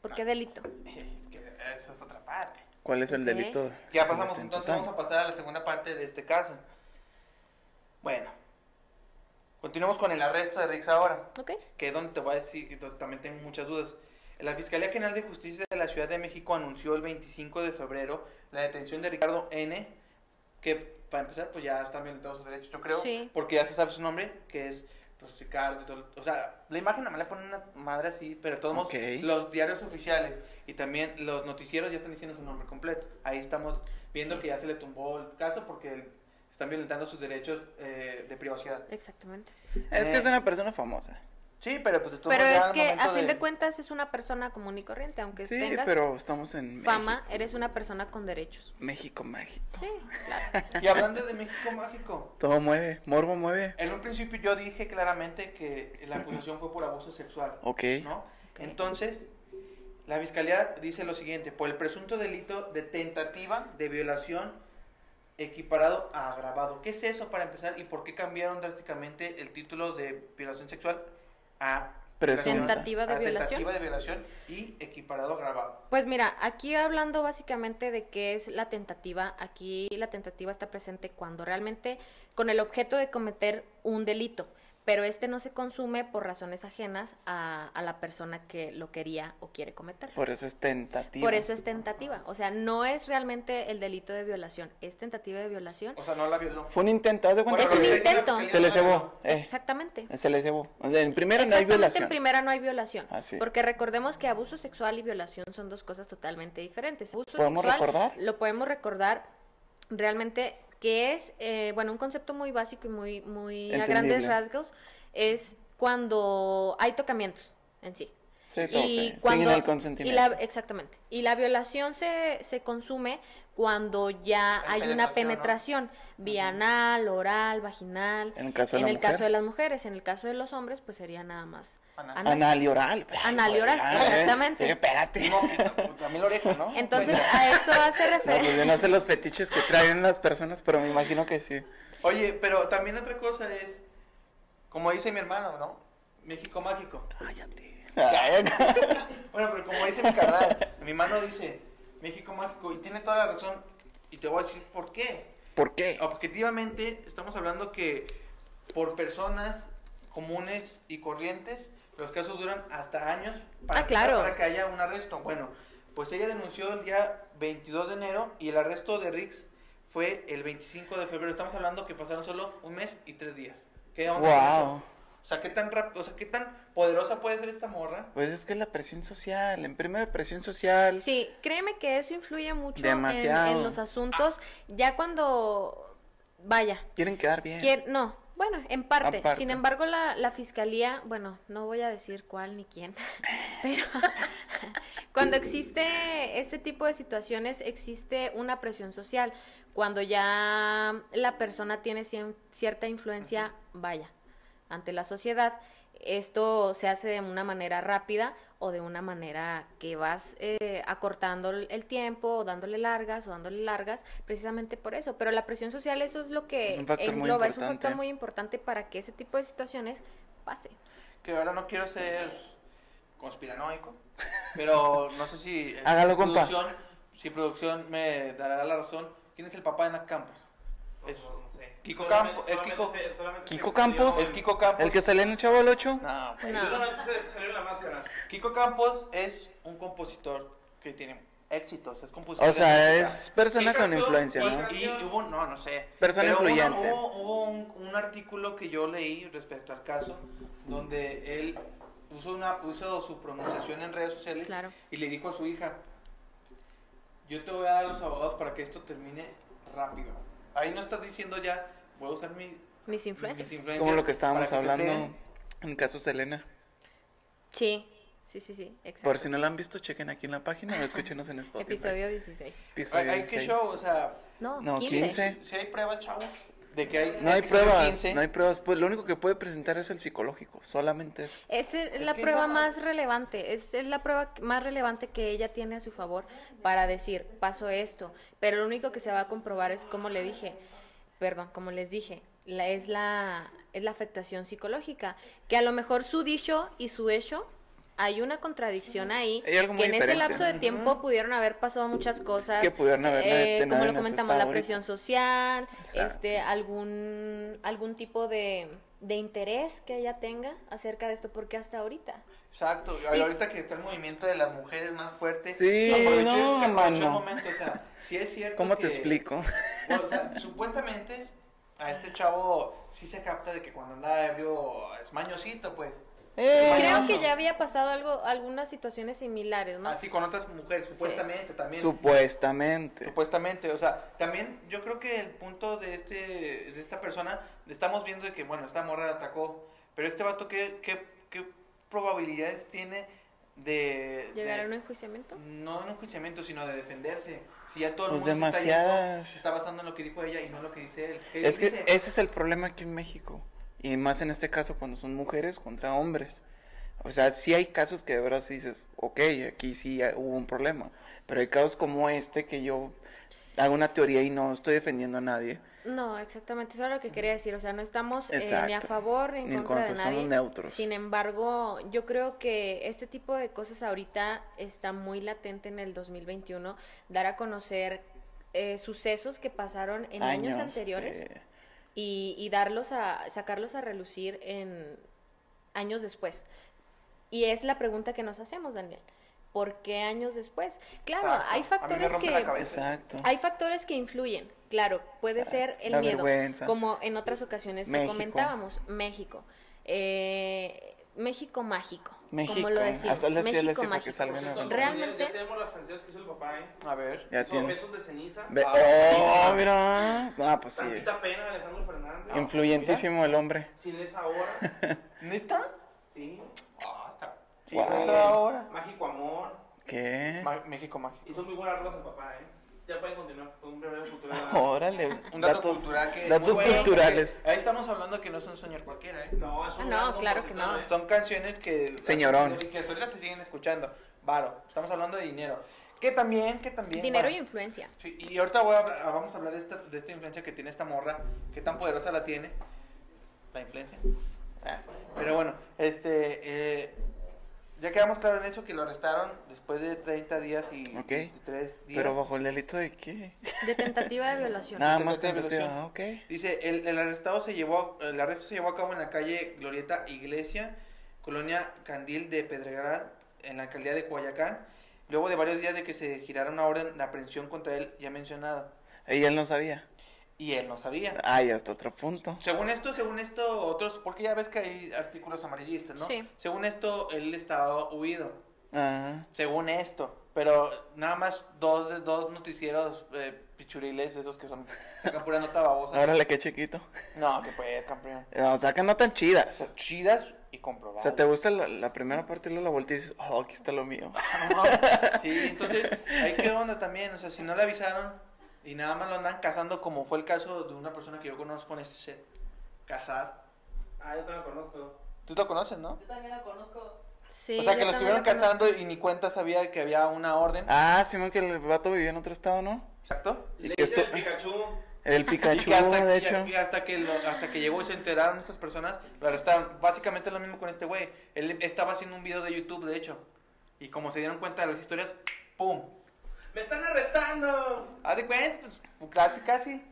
Speaker 1: ¿Por qué delito?
Speaker 3: Es que esa es otra parte.
Speaker 2: ¿Cuál es el
Speaker 1: Ok.
Speaker 2: delito? que
Speaker 3: Ya
Speaker 2: se le
Speaker 3: pasamos,
Speaker 2: está
Speaker 3: entonces
Speaker 2: imputando?
Speaker 3: vamos a pasar a la segunda parte de este caso. Bueno, continuamos con el arresto de Rix ahora.
Speaker 1: ¿Ok?
Speaker 3: que es donde te voy a decir que to- también tengo muchas dudas. La Fiscalía General de Justicia de la Ciudad de México anunció el 25 de febrero la detención de Ricardo N., que para empezar pues ya están violentados sus derechos, yo creo,
Speaker 1: Sí.
Speaker 3: porque ya se sabe su nombre, que es pues Ricardo y todo. O sea, la imagen nomás le ponen una madre así, pero de todos modos,
Speaker 2: Ok.
Speaker 3: los diarios oficiales y también los noticieros ya están diciendo su nombre completo. Ahí estamos viendo
Speaker 1: Sí.
Speaker 3: que ya se le tumbó el caso porque están violentando sus derechos eh, de privacidad.
Speaker 1: Exactamente.
Speaker 2: Es que es
Speaker 3: Eh,
Speaker 2: una persona famosa.
Speaker 3: Sí, pero pues de todos
Speaker 1: Pero
Speaker 3: modos, ya
Speaker 1: es
Speaker 3: al
Speaker 1: que a
Speaker 3: momento
Speaker 1: fin de cuentas es una persona común y corriente, aunque
Speaker 2: Sí,
Speaker 1: pues, tengas
Speaker 2: pero estamos en
Speaker 1: fama,
Speaker 2: México.
Speaker 1: eres una persona con derechos.
Speaker 2: México mágico.
Speaker 1: Sí, claro.
Speaker 3: Y hablando de México Mágico,
Speaker 2: Todo mueve, morbo mueve.
Speaker 3: en un principio yo dije claramente que la acusación fue por abuso sexual,
Speaker 2: Ok.
Speaker 3: ¿no? Entonces, la fiscalía dice lo siguiente, por el presunto delito de tentativa de violación equiparado a agravado. ¿Qué es eso para empezar y por qué cambiaron drásticamente el título de violación sexual a
Speaker 2: Presunta.
Speaker 1: Tentativa de
Speaker 3: a
Speaker 1: violación.
Speaker 3: Ah, tentativa de violación y equiparado a agravado?
Speaker 1: Pues mira, aquí hablando básicamente de qué es la tentativa, aquí la tentativa está presente cuando realmente con el objeto de cometer un delito, pero este no se consume por razones ajenas a, a la persona que lo quería o quiere cometer.
Speaker 2: Por eso es tentativa.
Speaker 1: Por eso es tentativa, o sea, no es realmente el delito de violación, es tentativa de violación.
Speaker 3: O sea, no la violó.
Speaker 2: Fue un intento, haz de cuenta
Speaker 1: Es
Speaker 2: que
Speaker 1: un
Speaker 3: lo que
Speaker 2: se-
Speaker 3: dice la
Speaker 1: intento.
Speaker 3: fiscalía
Speaker 2: se le
Speaker 3: no la violó.
Speaker 2: cebó. eh,
Speaker 1: Exactamente.
Speaker 2: se le cebó. O sea, en primera no
Speaker 1: Exactamente,
Speaker 2: hay
Speaker 1: en
Speaker 2: violación. Ah,
Speaker 1: primera no hay violación.
Speaker 2: Así.
Speaker 1: Porque recordemos que abuso sexual y violación son dos cosas totalmente diferentes. Abuso
Speaker 2: ¿Podemos
Speaker 1: sexual
Speaker 2: recordar?
Speaker 1: lo podemos recordar realmente que es, eh, bueno, un concepto muy básico y muy, muy a grandes
Speaker 2: Entendible.
Speaker 1: rasgos es cuando hay tocamientos en sí.
Speaker 2: Sí, todo, ok,
Speaker 1: Y
Speaker 2: Sin
Speaker 1: cuando,
Speaker 2: el
Speaker 1: y
Speaker 2: consentimiento.
Speaker 1: la, exactamente. Y la violación se, se consume cuando ya
Speaker 3: Hay
Speaker 1: hay, una
Speaker 3: penetración,
Speaker 1: penetración bianal, oral, vaginal.
Speaker 2: En el caso de
Speaker 1: en
Speaker 2: la
Speaker 1: el
Speaker 2: mujer.
Speaker 1: caso de las mujeres, en el caso de los hombres, pues sería nada más
Speaker 3: Anal.
Speaker 1: anal.
Speaker 2: Anal y oral. Ay,
Speaker 1: Anal y
Speaker 2: güey,
Speaker 1: oral,
Speaker 2: ya, eh.
Speaker 1: exactamente.
Speaker 2: Sí, espérate.
Speaker 3: No, también la oreja, ¿no?
Speaker 1: Entonces, a eso hace
Speaker 2: No, pues yo
Speaker 1: referencia.
Speaker 2: no sé los fetiches que traen las personas, pero me imagino que sí.
Speaker 3: Oye, pero también otra cosa es, como dice mi hermano, ¿no? México mágico.
Speaker 2: Cállate. Ay, acá.
Speaker 3: Bueno, pero como dice mi carnal, mi hermano dice México mágico y tiene toda la razón y te voy a decir por qué.
Speaker 2: ¿Por qué?
Speaker 3: Objetivamente estamos hablando que por personas comunes y corrientes los casos duran hasta años para,
Speaker 1: Ah, claro.
Speaker 3: para que haya un arresto. Bueno, pues ella denunció el día 22 de enero y el arresto de Riggs fue el 25 de febrero. Estamos hablando que pasaron solo un mes y tres días. ¿Qué onda con eso?
Speaker 2: Wow.
Speaker 3: O sea, ¿qué tan rápido, o sea, qué tan poderosa puede ser esta morra?
Speaker 2: Pues es que la presión social, en primera presión social.
Speaker 1: Sí, créeme que eso influye mucho en,
Speaker 2: Demasiado.
Speaker 1: en los asuntos. Ya cuando. Vaya,
Speaker 2: Quieren quedar bien.
Speaker 1: Quien- no, bueno, en parte.
Speaker 2: Aparte.
Speaker 1: Sin embargo, la, la fiscalía, bueno, no voy a decir cuál ni quién, pero cuando existe este tipo de situaciones, existe una presión social. Cuando ya la persona tiene cien- cierta influencia, vaya, ante la sociedad, esto se hace de una manera rápida o de una manera que vas eh, acortando el el tiempo, o dándole largas, o dándole largas, precisamente por eso. Pero la presión social, eso es lo que
Speaker 2: Es un factor muy
Speaker 1: engloba, es un
Speaker 2: importante.
Speaker 1: factor muy importante para que ese tipo de situaciones pase.
Speaker 3: Que ahora no quiero ser conspiranoico, pero no sé si eh,
Speaker 2: Hágalo, compa.
Speaker 3: producción, si producción me dará la razón. ¿Quién es el papá de Nat Campos? Es Kiko Campo- es Kiko-
Speaker 2: Kiko Campos.
Speaker 3: es Kiko Campos.
Speaker 2: El que sale en el Chavo del 8.
Speaker 3: No, güey.
Speaker 1: No.
Speaker 4: salió la máscara.
Speaker 3: Kiko Campos es un compositor que tiene éxitos, es compositor.
Speaker 2: O
Speaker 3: de
Speaker 2: sea,
Speaker 3: música.
Speaker 2: es persona
Speaker 4: ¿Qué
Speaker 2: con
Speaker 4: canción?
Speaker 2: influencia,
Speaker 4: ¿Cuál
Speaker 2: ¿no?
Speaker 3: Y hubo, no, no sé.
Speaker 2: Persona
Speaker 3: Pero hubo-
Speaker 2: influyente.
Speaker 3: Hubo, hubo un, un artículo que yo leí respecto al caso donde él puso, una, puso su pronunciación en redes sociales
Speaker 1: Claro.
Speaker 3: y le dijo a su hija, yo te voy a dar los abogados para que esto termine rápido. Ahí no estás diciendo ya, voy a usar mi...
Speaker 1: Mis influencias.
Speaker 3: mis influencias
Speaker 2: Como lo que estábamos
Speaker 3: para te
Speaker 2: hablando
Speaker 3: peguen".
Speaker 2: en caso Selena.
Speaker 1: Sí, sí, sí, sí, exacto.
Speaker 2: Por si no la han visto, chequen aquí en la página o escúchenos en Spotify.
Speaker 1: Episodio 16.
Speaker 3: Hay,
Speaker 2: Episodio
Speaker 3: hay que
Speaker 2: 16.
Speaker 3: show, o sea,
Speaker 1: No,
Speaker 2: No,
Speaker 1: 15.
Speaker 2: 15.
Speaker 3: si hay pruebas, chavos, de que hay...
Speaker 2: No hay
Speaker 3: episodio
Speaker 2: pruebas,
Speaker 3: 15.
Speaker 2: no hay pruebas. Pues lo único que puede presentar es el psicológico, solamente eso.
Speaker 1: Esa es,
Speaker 3: Es
Speaker 1: la
Speaker 3: que es
Speaker 1: prueba
Speaker 3: la-
Speaker 1: más relevante, es, es la prueba que- más relevante que ella tiene a su favor para decir, pasó esto, pero lo único que se va a comprobar es, como le dije, perdón, como les dije, la, es, la, es la afectación psicológica, que a lo mejor su dicho y su hecho, hay una contradicción ahí,
Speaker 2: Hay algo muy
Speaker 1: que en ese
Speaker 2: diferente,
Speaker 1: lapso de
Speaker 2: ¿no?
Speaker 1: tiempo pudieron haber pasado muchas cosas, eh,
Speaker 2: Que pudieron haberla detenido
Speaker 1: como lo
Speaker 2: en ese
Speaker 1: comentamos, la
Speaker 2: estado
Speaker 1: presión
Speaker 2: ahorita.
Speaker 1: social,
Speaker 2: Exacto.
Speaker 1: este, algún, algún tipo de, de interés que ella tenga acerca de esto, porque hasta ahorita.
Speaker 3: Exacto, y ahorita que está el movimiento de las mujeres más fuerte,
Speaker 2: Sí,
Speaker 3: aproveché-
Speaker 2: no,
Speaker 3: aproveché
Speaker 2: mano.
Speaker 3: el momento, o sea, sí es cierto
Speaker 2: ¿Cómo te
Speaker 3: que-
Speaker 2: explico?
Speaker 3: O sea, supuestamente a este chavo sí se capta de que cuando anda ebrio es mañosito, pues.
Speaker 2: Eh,
Speaker 1: Creo
Speaker 3: Mañoso.
Speaker 1: que ya había pasado algo, algunas situaciones similares, ¿no?
Speaker 3: Así con otras mujeres, supuestamente también.
Speaker 2: Supuestamente.
Speaker 3: Supuestamente, o sea, también yo creo que el punto de este de esta persona, estamos viendo de que, bueno, esta morra la atacó, pero este vato, ¿qué, qué, qué probabilidades tiene de...
Speaker 1: Llegar a
Speaker 3: de-
Speaker 1: un enjuiciamiento.
Speaker 3: No en un juiciamiento, sino de defenderse. Si ya todo el
Speaker 2: Pues
Speaker 3: mundo se está yendo,
Speaker 2: demasiadas.
Speaker 3: se está basando en lo que dijo ella y no en lo que dice él. Él
Speaker 2: Es que
Speaker 3: dice,
Speaker 2: ese es el problema aquí en México. Y más en este caso cuando son mujeres contra hombres. O sea, sí hay casos que de verdad sí dices, ok, aquí sí ha- hubo un problema. Pero hay casos como este que yo hago una teoría y no estoy defendiendo a nadie.
Speaker 1: No, exactamente, eso es lo que quería decir. O sea, no estamos eh, ni a
Speaker 2: Exacto.
Speaker 1: favor ni en
Speaker 2: Ni en
Speaker 1: contra, de
Speaker 2: contra,
Speaker 1: nadie.
Speaker 2: somos neutros.
Speaker 1: Sin embargo, yo creo que este tipo de cosas ahorita está muy latente en el 2021. Dar a conocer eh, sucesos que pasaron en años, anteriores
Speaker 2: eh,
Speaker 1: y, y darlos a, sacarlos a relucir en años después. Y es la pregunta que nos hacemos, Daniel. ¿Por qué años después? Claro,
Speaker 3: Exacto.
Speaker 1: hay
Speaker 3: A mí me
Speaker 1: factores
Speaker 3: rompe la
Speaker 1: que...
Speaker 3: cabeza.
Speaker 2: Exacto.
Speaker 1: Hay factores que influyen, claro, puede
Speaker 2: Exacto.
Speaker 1: ser el
Speaker 2: La
Speaker 1: miedo,
Speaker 2: vergüenza.
Speaker 1: como en otras ocasiones te
Speaker 2: México.
Speaker 1: comentábamos, México, Eh, México mágico,
Speaker 2: México.
Speaker 1: como lo decimos,
Speaker 2: Hasta le- sí, le
Speaker 1: México
Speaker 2: decía, porque
Speaker 1: mágico.
Speaker 2: salga en la-
Speaker 1: Realmente-
Speaker 4: Ya tenemos las canciones que hizo el papá, ¿eh?
Speaker 3: A ver.
Speaker 2: Ya
Speaker 4: Hizo
Speaker 2: tiene.
Speaker 4: Besos de ceniza.
Speaker 2: Ve-
Speaker 4: Ah,
Speaker 2: oh, mira. Ah, pues sí.
Speaker 4: Tantita pena de Alejandro Fernández.
Speaker 2: Influyentísimo el hombre.
Speaker 4: Sin esa hora.
Speaker 3: ¿Neta?
Speaker 4: Sí. Ah, está.
Speaker 3: Sí,
Speaker 2: Wow.
Speaker 3: eso ahora.
Speaker 4: Mágico amor.
Speaker 2: ¿Qué?
Speaker 3: Ma- México mágico.
Speaker 4: Hizo muy buenas rolas el papá, ¿eh? Ya pueden continuar. Fue un breve futuro.
Speaker 2: Órale.
Speaker 3: Un dato cultural que es muy
Speaker 2: datos
Speaker 3: bueno,
Speaker 2: culturales.
Speaker 3: porque Ahí estamos hablando que no es un señor cualquiera, ¿eh?
Speaker 4: No, es un
Speaker 1: Ah, no,
Speaker 4: gran
Speaker 1: claro que
Speaker 4: compositor,
Speaker 1: no.
Speaker 4: ¿eh?
Speaker 3: Son canciones que...
Speaker 2: Señorón.
Speaker 3: Que ahorita se siguen escuchando. Varo, estamos hablando de dinero. Que también, que también...
Speaker 1: dinero
Speaker 3: varo.
Speaker 1: y influencia.
Speaker 3: Sí, y ahorita voy a hablar- ah, vamos a hablar de esta, de esta influencia que tiene esta morra, qué tan poderosa la tiene. La influencia. Ah, pero bueno, este, eh, ya quedamos claro en eso que lo arrestaron después de 30 días y
Speaker 2: Ok.
Speaker 3: 3 días.
Speaker 2: Pero bajo el delito de qué?
Speaker 1: De tentativa de violación.
Speaker 2: Nada más
Speaker 3: Tentativa de
Speaker 2: tentativa.
Speaker 3: violación.
Speaker 2: Ah, ok.
Speaker 3: Dice, el, el arrestado se llevó, el arresto se llevó a cabo en la calle Glorieta Iglesia, colonia Candil de Pedregal, en la alcaldía de Coyacán, luego de varios días de que se girara una orden de aprehensión contra él ya mencionada.
Speaker 2: Ella él no sabía.
Speaker 3: Y él no sabía.
Speaker 2: Ay, hasta otro punto.
Speaker 3: Según esto, según esto, otros, porque ya ves que hay artículos amarillistas, ¿no?
Speaker 1: Sí.
Speaker 3: Según esto, él estaba huido.
Speaker 2: Ajá.
Speaker 3: Según esto. Pero nada más dos de dos noticieros eh, pichuriles, de esos que son sacan pura nota babosa.
Speaker 2: Órale, qué chiquito.
Speaker 3: No, que pues, campeón.
Speaker 2: O sea, que no tan chidas.
Speaker 3: Son chidas y
Speaker 2: O
Speaker 3: comprobadas.
Speaker 2: sea, te gusta la, la primera parte y luego la vuelta y dices, oh, aquí está lo mío.
Speaker 3: Ah, Sí, entonces, ahí qué onda también. O sea, si no le avisaron y nada más lo andan cazando, como fue el caso de una persona que yo conozco en este set. Cazar.
Speaker 4: Ah, yo te lo conozco.
Speaker 3: Tú lo conoces, ¿no?
Speaker 5: Yo también la conozco.
Speaker 1: Sí,
Speaker 3: o sea,
Speaker 1: yo
Speaker 3: que lo
Speaker 1: también
Speaker 3: estuvieron
Speaker 1: conozco.
Speaker 3: cazando y ni cuenta sabía que había una orden.
Speaker 2: Ah, Simón, que el vato vivía en otro estado, ¿no?
Speaker 3: Exacto.
Speaker 2: Y
Speaker 4: Le
Speaker 2: que
Speaker 4: hice
Speaker 2: esto-
Speaker 4: el Pikachu.
Speaker 2: El Pikachu,
Speaker 3: que hasta,
Speaker 2: de
Speaker 3: que-
Speaker 2: hecho.
Speaker 3: y hasta que lo- hasta que llegó y se enteraron estas personas, lo arrestaron. Básicamente lo mismo con este güey. Él estaba haciendo un video de YouTube, de hecho. Y como se dieron cuenta de las historias, ¡pum!
Speaker 4: ¡Me están arrestando!
Speaker 3: Haz de cuenta, pues, pues, casi, casi.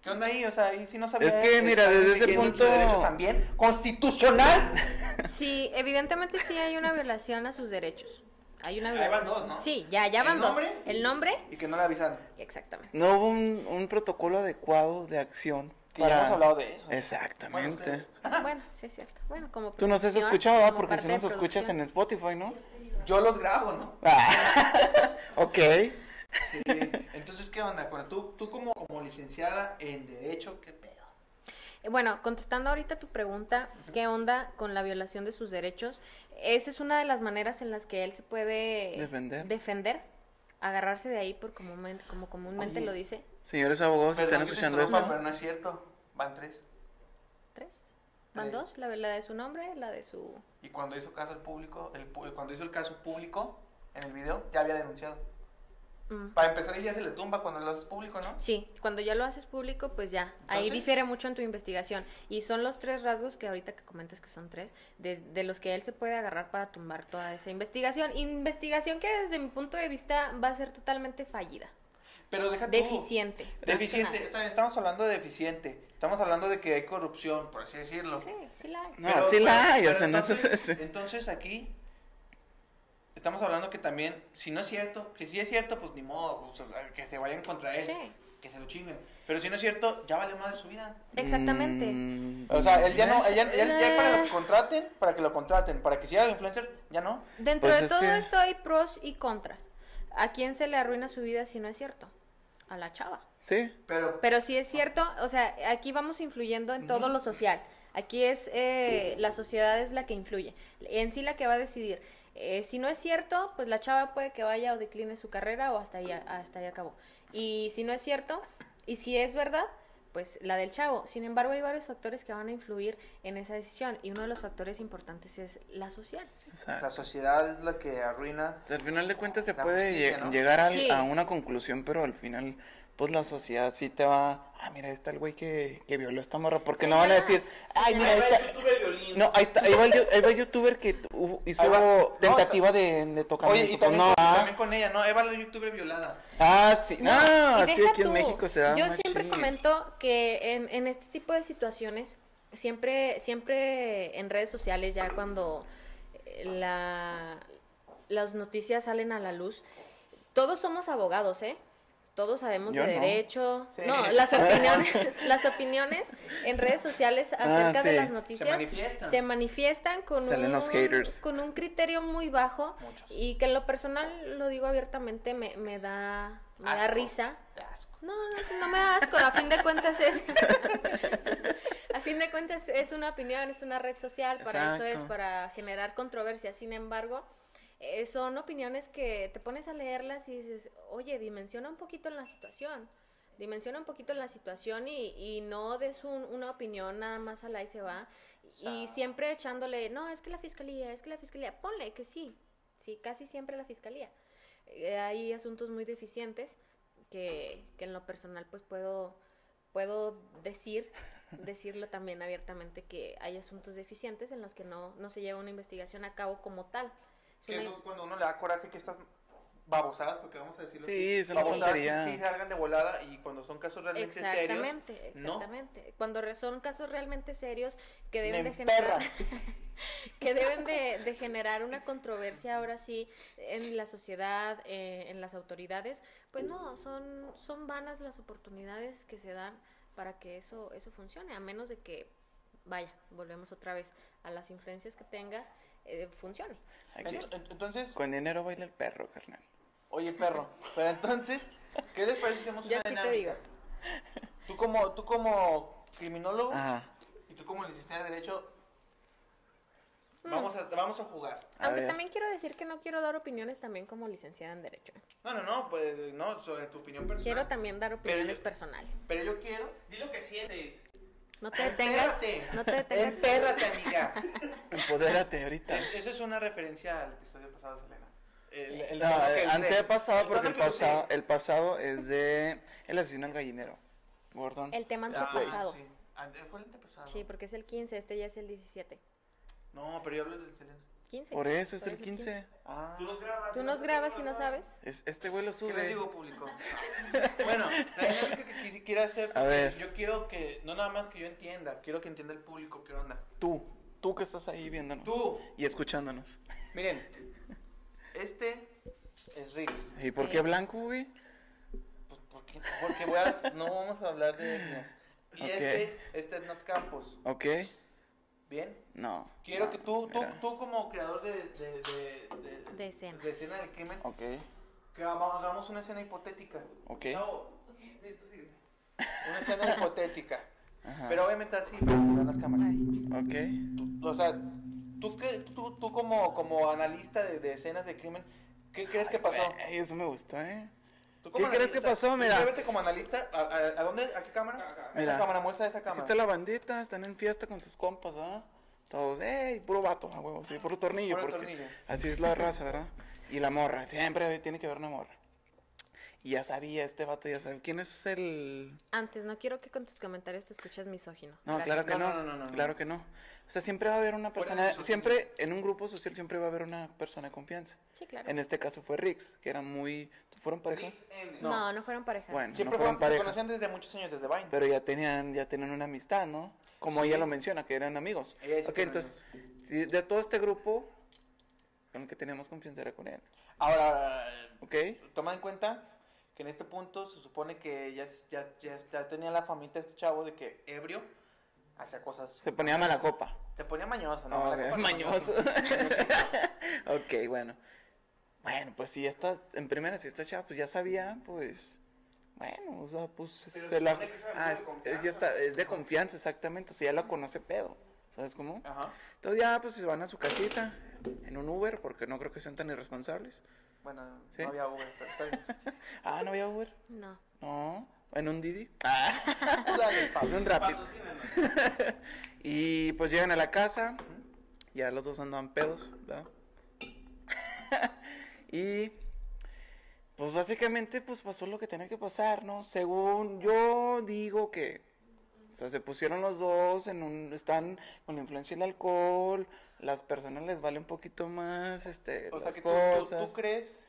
Speaker 3: ¿Qué onda ahí? O sea, ahí sí no sabía.
Speaker 2: Es que, mira,
Speaker 3: está bien
Speaker 2: desde ese
Speaker 3: que tiene mucho
Speaker 2: punto-
Speaker 3: derecho También, constitucional.
Speaker 1: Sí, evidentemente sí hay una violación a sus derechos. Hay una
Speaker 3: Ahí
Speaker 1: violación.
Speaker 3: Ah, van dos, ¿no?
Speaker 1: Sí, ya, ya
Speaker 3: ¿El
Speaker 1: van dos.
Speaker 3: nombre?
Speaker 1: El nombre,
Speaker 3: Y que no le avisaron.
Speaker 1: exactamente.
Speaker 2: No hubo un, un protocolo adecuado de acción.
Speaker 3: Que ya hemos hablado de eso.
Speaker 2: Eh. Exactamente.
Speaker 3: Bueno,
Speaker 1: Bueno, sí es cierto. Bueno, como
Speaker 2: Tú nos has
Speaker 1: producción,
Speaker 2: escuchado, ¿verdad?
Speaker 1: como
Speaker 2: Porque
Speaker 1: parte
Speaker 2: si
Speaker 1: de
Speaker 2: nos escuchas
Speaker 1: producción.
Speaker 2: en Spotify, ¿no?
Speaker 3: Yo los grabo, ¿no?
Speaker 2: Ah, ok.
Speaker 3: Sí. Entonces, ¿qué onda? Cora? Tú, tú como, como licenciada en Derecho, ¿qué pedo?
Speaker 1: Eh, Bueno, contestando ahorita tu pregunta, ¿qué onda con la violación de sus derechos? Esa es una de las maneras en las que él se puede
Speaker 2: Defender.
Speaker 1: defender, agarrarse de ahí por comúnmente, como comúnmente
Speaker 3: Oye.
Speaker 1: lo dice.
Speaker 2: Señores abogados, si
Speaker 3: Perdón
Speaker 2: ¿están
Speaker 3: que te
Speaker 2: escuchando
Speaker 3: interrumpa,
Speaker 2: esto?
Speaker 3: Pero no es cierto. Van tres.
Speaker 1: ¿Tres? Van
Speaker 3: Tres.
Speaker 1: dos, la, la de su nombre, la de su...
Speaker 3: Y cuando hizo caso al público, el, pu- cuando hizo el caso público en el video, ya había denunciado.
Speaker 1: Mm.
Speaker 3: Para empezar, ahí ya se le tumba cuando lo haces público, ¿no?
Speaker 1: Sí, cuando ya lo haces público, pues ya. Ahí
Speaker 3: Entonces-
Speaker 1: difiere mucho en tu investigación. Y son los tres rasgos que ahorita que comentas que son tres, de, de los que él se puede agarrar para tumbar toda esa investigación. Investigación que desde mi punto de vista va a ser totalmente fallida.
Speaker 3: Pero deja tú.
Speaker 1: Deficiente. más que
Speaker 3: Deficiente.
Speaker 1: nada.
Speaker 3: está- Estamos hablando de deficiente. Estamos hablando de que hay corrupción, por así decirlo.
Speaker 1: Sí, sí la hay.
Speaker 3: Mm,
Speaker 2: No, sí la hay, o sea, no te-
Speaker 3: entonces,
Speaker 2: sí.
Speaker 3: entonces aquí estamos hablando que también, si no es cierto, que si es cierto, pues ni modo, o sea, que se vayan contra él,
Speaker 1: Sí.
Speaker 3: que se lo chinguen. Pero si no es cierto, ya valió madre su vida.
Speaker 1: Exactamente.
Speaker 2: Mm,
Speaker 3: O sea, él ya no, él ya, él ya para
Speaker 1: Eh.
Speaker 3: lo que contraten, para que lo contraten, para que sea influencer, ya no.
Speaker 1: Dentro
Speaker 2: Pues
Speaker 1: de
Speaker 2: es
Speaker 1: todo
Speaker 2: que-
Speaker 1: esto hay pros y contras. ¿A quién se le arruina su vida si no es cierto? A la chava.
Speaker 2: Sí.
Speaker 3: Pero,
Speaker 1: Pero sí es cierto, o sea, aquí vamos influyendo en todo lo social. Aquí es eh, la sociedad es la que influye, en sí la que va a decidir. Eh, si no es cierto, pues la chava puede que vaya o decline su carrera o hasta ahí, hasta ahí acabó. Y si no es cierto, y si es verdad, pues la del chavo. Sin embargo, hay varios factores que van a influir en esa decisión y uno de los factores importantes es la social.
Speaker 2: o sea,
Speaker 3: la sociedad es la que arruina.
Speaker 2: al final de cuentas se
Speaker 3: La
Speaker 2: puede
Speaker 3: justicia,
Speaker 2: lle-
Speaker 3: ¿no?
Speaker 2: llegar al-
Speaker 1: Sí.
Speaker 2: a una conclusión, pero al final, pues la sociedad sí te va. Ah, mira, ahí está el güey que, que violó a esta morra. Porque no van a
Speaker 1: Señala,
Speaker 2: decir, ay, mira,
Speaker 1: señala.
Speaker 2: ahí
Speaker 4: Ahí
Speaker 2: está.
Speaker 4: va el youtuber violín.
Speaker 2: No, ahí está, ahí va el, yo- ahí va el youtuber que tu- hizo
Speaker 3: Ahí va.
Speaker 2: tentativa de, de tocamiento.
Speaker 3: Oye, y también,
Speaker 2: no,
Speaker 3: con,
Speaker 2: ah,
Speaker 3: también con ella, ¿no? Eva la youtuber violada.
Speaker 2: ah, sí,
Speaker 1: No,
Speaker 2: ah,
Speaker 1: y
Speaker 2: sí,
Speaker 1: deja
Speaker 2: aquí en
Speaker 1: tú.
Speaker 2: México se da
Speaker 1: Yo
Speaker 2: machín.
Speaker 1: siempre comento que en, en este tipo de situaciones, siempre, siempre en redes sociales, ya cuando eh, la, las noticias salen a la luz, todos somos abogados, ¿eh? Todos sabemos
Speaker 2: Yo
Speaker 1: de
Speaker 2: no.
Speaker 1: derecho.
Speaker 3: Sí.
Speaker 1: No, las opiniones, las opiniones en redes sociales acerca de
Speaker 2: Ah, sí.
Speaker 1: las
Speaker 2: Se
Speaker 1: noticias
Speaker 3: manifiestan.
Speaker 1: se manifiestan con
Speaker 2: Salen
Speaker 1: un,
Speaker 2: los haters.
Speaker 1: con un criterio muy bajo
Speaker 3: Muchos.
Speaker 1: y que en lo personal, lo digo abiertamente, me, me da, me da
Speaker 3: Asco.
Speaker 1: risa.
Speaker 3: Qué asco.
Speaker 1: No, no, no me da asco, a fin de cuentas es... a fin de cuentas es una opinión, es una red social, para eso es,
Speaker 2: Exacto.
Speaker 1: para generar controversia. Sin embargo, eh, son opiniones que te pones a leerlas y dices, oye, dimensiona un poquito la situación. Dimensiona un poquito la situación y, y no des un- una opinión nada más a la y se va. Y siempre echándole, no, es que la fiscalía, es que la fiscalía, ponle que sí, sí, casi siempre la fiscalía. Eh, hay asuntos muy deficientes que, que en lo personal pues puedo, puedo decir, decirlo también abiertamente que hay asuntos deficientes en los que no, no se lleva una investigación a cabo como tal. Es
Speaker 3: Que
Speaker 1: una-
Speaker 3: eso cuando uno le da coraje que estas babosadas, porque vamos a decirlo
Speaker 2: Sí, es una
Speaker 3: babosadas
Speaker 2: tontería.
Speaker 3: sí salgan de volada y cuando son casos realmente serios,
Speaker 1: Exactamente,
Speaker 3: ¿no?
Speaker 1: exactamente. Cuando re- son casos realmente serios que deben
Speaker 3: me
Speaker 1: de generar...
Speaker 3: emperran.
Speaker 1: que deben de, de generar una controversia ahora sí en la sociedad, eh, en las autoridades, pues no, son, son vanas las oportunidades que se dan para que eso, eso funcione, a menos de que, vaya, volvemos otra vez a las influencias que tengas, eh, funcione.
Speaker 2: Aquí,
Speaker 3: Ent- ent- Entonces,
Speaker 2: con dinero baila el perro, carnal.
Speaker 3: oye perro, pero entonces, ¿qué les parece si hacemos
Speaker 1: Yo
Speaker 3: una
Speaker 1: sí te
Speaker 3: dinámica?
Speaker 1: digo.
Speaker 3: Tú como, tú como criminólogo
Speaker 2: Ajá.
Speaker 3: y tú como licenciado de Derecho,
Speaker 1: Mm.
Speaker 3: vamos, a, vamos a jugar.
Speaker 2: A
Speaker 1: Aunque
Speaker 2: ver.
Speaker 1: también quiero decir que no quiero dar opiniones también como licenciada en Derecho.
Speaker 3: No, no, no, pues no, sobre tu opinión personal.
Speaker 1: Quiero también dar opiniones
Speaker 3: yo-
Speaker 1: personales.
Speaker 3: Pero yo quiero...
Speaker 4: Di lo que sientes.
Speaker 1: No te detengas.
Speaker 3: Empérrate.
Speaker 1: No te detengas.
Speaker 3: Empérrate, amiga.
Speaker 2: Empodérate ahorita.
Speaker 3: Es- Esa es una referencia al episodio pasado, Selena. El,
Speaker 1: Sí.
Speaker 3: el
Speaker 2: No,
Speaker 3: tono que
Speaker 2: eh,
Speaker 3: usé.
Speaker 2: antepasado, porque
Speaker 3: tono
Speaker 2: el
Speaker 3: que usé.
Speaker 2: pasado, el pasado es de El asesino al gallinero. Gordon.
Speaker 1: El tema
Speaker 4: Ah,
Speaker 1: antepasado.
Speaker 4: sí. Ante- Fue el antepasado.
Speaker 1: Sí, porque es el 15, este ya es el 17.
Speaker 3: No, pero yo hablo del Selena.
Speaker 1: 15.
Speaker 2: Por eso es
Speaker 1: Por
Speaker 2: el 15.
Speaker 3: Ah.
Speaker 4: Tú nos grabas.
Speaker 1: Tú nos grabas y no sabes.
Speaker 2: Es, este güey lo
Speaker 3: ¿Qué les
Speaker 2: sube.
Speaker 3: digo, público? bueno, la dinámica que quisi- quiero hacer.
Speaker 2: A ver.
Speaker 3: Yo quiero que, no nada más que yo entienda, quiero que entienda el público qué onda.
Speaker 2: Tú, tú que estás ahí viéndonos.
Speaker 3: Tú.
Speaker 2: Y escuchándonos.
Speaker 3: Miren, este es Riggs.
Speaker 2: ¿Y por qué
Speaker 1: Eh.
Speaker 2: blanco, güey?
Speaker 3: Pues, ¿por qué? Porque voy a- no vamos a hablar de etnias. Y
Speaker 2: Ok.
Speaker 3: este, este es Not Campos.
Speaker 2: ¿Ok?
Speaker 3: ¿Bien?
Speaker 2: No.
Speaker 3: Quiero
Speaker 2: no,
Speaker 3: que tú, tú,
Speaker 2: mira.
Speaker 3: tú como creador de, de, de, de,
Speaker 1: De escenas.
Speaker 3: de escena del crimen,
Speaker 2: Ok,
Speaker 3: que hagamos hagamos una escena hipotética.
Speaker 2: ok.
Speaker 4: Chavo. Sí, tú sigue.
Speaker 3: Una escena hipotética.
Speaker 2: Ajá.
Speaker 3: Pero obviamente así, para que vean las cámaras.
Speaker 1: Ay,
Speaker 2: Ok.
Speaker 3: Tú- O sea, tú, que, tú, tú como, como analista de, de escenas de crimen, ¿qué crees que pasó?
Speaker 2: Ey, eso me gustó, ¿eh?
Speaker 3: ¿Tú
Speaker 2: ¿Qué crees que pasó? Mira.
Speaker 3: Muévete como analista. ¿A, a, a dónde? ¿A qué cámara?
Speaker 4: Acá.
Speaker 3: Esa
Speaker 2: Mira.
Speaker 3: cámara, muestra esa
Speaker 2: Aquí
Speaker 3: cámara.
Speaker 2: está la bandita, están en fiesta con sus compas, ¿verdad? Todos, ¡ey! Puro vato, a huevo, sí, puro tornillo.
Speaker 3: Puro
Speaker 2: porque
Speaker 3: tornillo.
Speaker 2: Así es la raza, ¿verdad? Y la morra, siempre tiene que haber una morra. Y ya sabía, este vato ya sabía. ¿Quién es el.?
Speaker 1: Antes, no quiero que con tus comentarios te escuches misógino.
Speaker 2: No,
Speaker 1: Gracias.
Speaker 2: claro que
Speaker 3: No,
Speaker 2: no,
Speaker 3: no, no, no, no.
Speaker 2: claro que no. O sea, siempre va a haber una
Speaker 3: Fuera de
Speaker 2: persona,
Speaker 3: nosotros.
Speaker 2: siempre en un grupo social siempre va a haber una persona de confianza.
Speaker 1: Sí, claro.
Speaker 2: En este caso fue Rix, que eran muy, ¿fueron pareja?
Speaker 4: Mix N.
Speaker 1: No. no, fueron pareja.
Speaker 2: Bueno,
Speaker 3: Siempre
Speaker 2: no fueron
Speaker 3: fueron- se
Speaker 2: pareja.
Speaker 3: conocían desde muchos años, desde Vine.
Speaker 2: Pero ya tenían, ya tenían una amistad, ¿no? Como ella lo menciona, que eran amigos.
Speaker 3: Ella dice
Speaker 2: ok,
Speaker 3: que eran
Speaker 2: entonces, si de todo este grupo, con el que teníamos confianza era con él.
Speaker 3: Ahora,
Speaker 2: ¿Ok?
Speaker 3: toma en cuenta que en este punto se supone que ya, ya, ya, ya tenía la famita este chavo de que ebrio hacía cosas.
Speaker 2: Se ponía mala copa.
Speaker 3: Se ponía mañoso, ¿no?
Speaker 2: Ah,
Speaker 3: La
Speaker 2: ok,
Speaker 3: copa no,
Speaker 2: Mañoso. ok, bueno. Bueno, pues si ya está, en primera, si esta chava, pues ya sabía, pues. Bueno, o sea, pues.
Speaker 4: Pero
Speaker 2: se la-
Speaker 4: supone que es amigo
Speaker 2: Ah,
Speaker 4: de
Speaker 2: es, es-
Speaker 4: confianza.
Speaker 2: ya está, es de confianza, exactamente. O sea, ya la conoce pedo. ¿Sabes cómo?
Speaker 3: Ajá.
Speaker 2: Entonces ya, pues se van a su casita, en un Uber, porque no creo que sean tan irresponsables.
Speaker 3: Bueno,
Speaker 2: Sí.
Speaker 3: no había Uber, pero está bien.
Speaker 2: Ah, no había Uber.
Speaker 1: No.
Speaker 2: No, en un Didi. Ah,
Speaker 3: Tú dale,
Speaker 2: En
Speaker 3: Pablo.
Speaker 2: un Rapid.
Speaker 4: Patrocínanos.
Speaker 2: Y pues llegan a la casa. Ya los dos andaban pedos, ¿verdad? y pues básicamente pues pasó lo que tenía que pasar, ¿no? Según yo digo que o sea, se pusieron los dos en un están con la influencia del alcohol, las personas les vale un poquito más este
Speaker 3: O sea,
Speaker 2: las
Speaker 3: que tú, tú- tú
Speaker 2: cosas.
Speaker 3: crees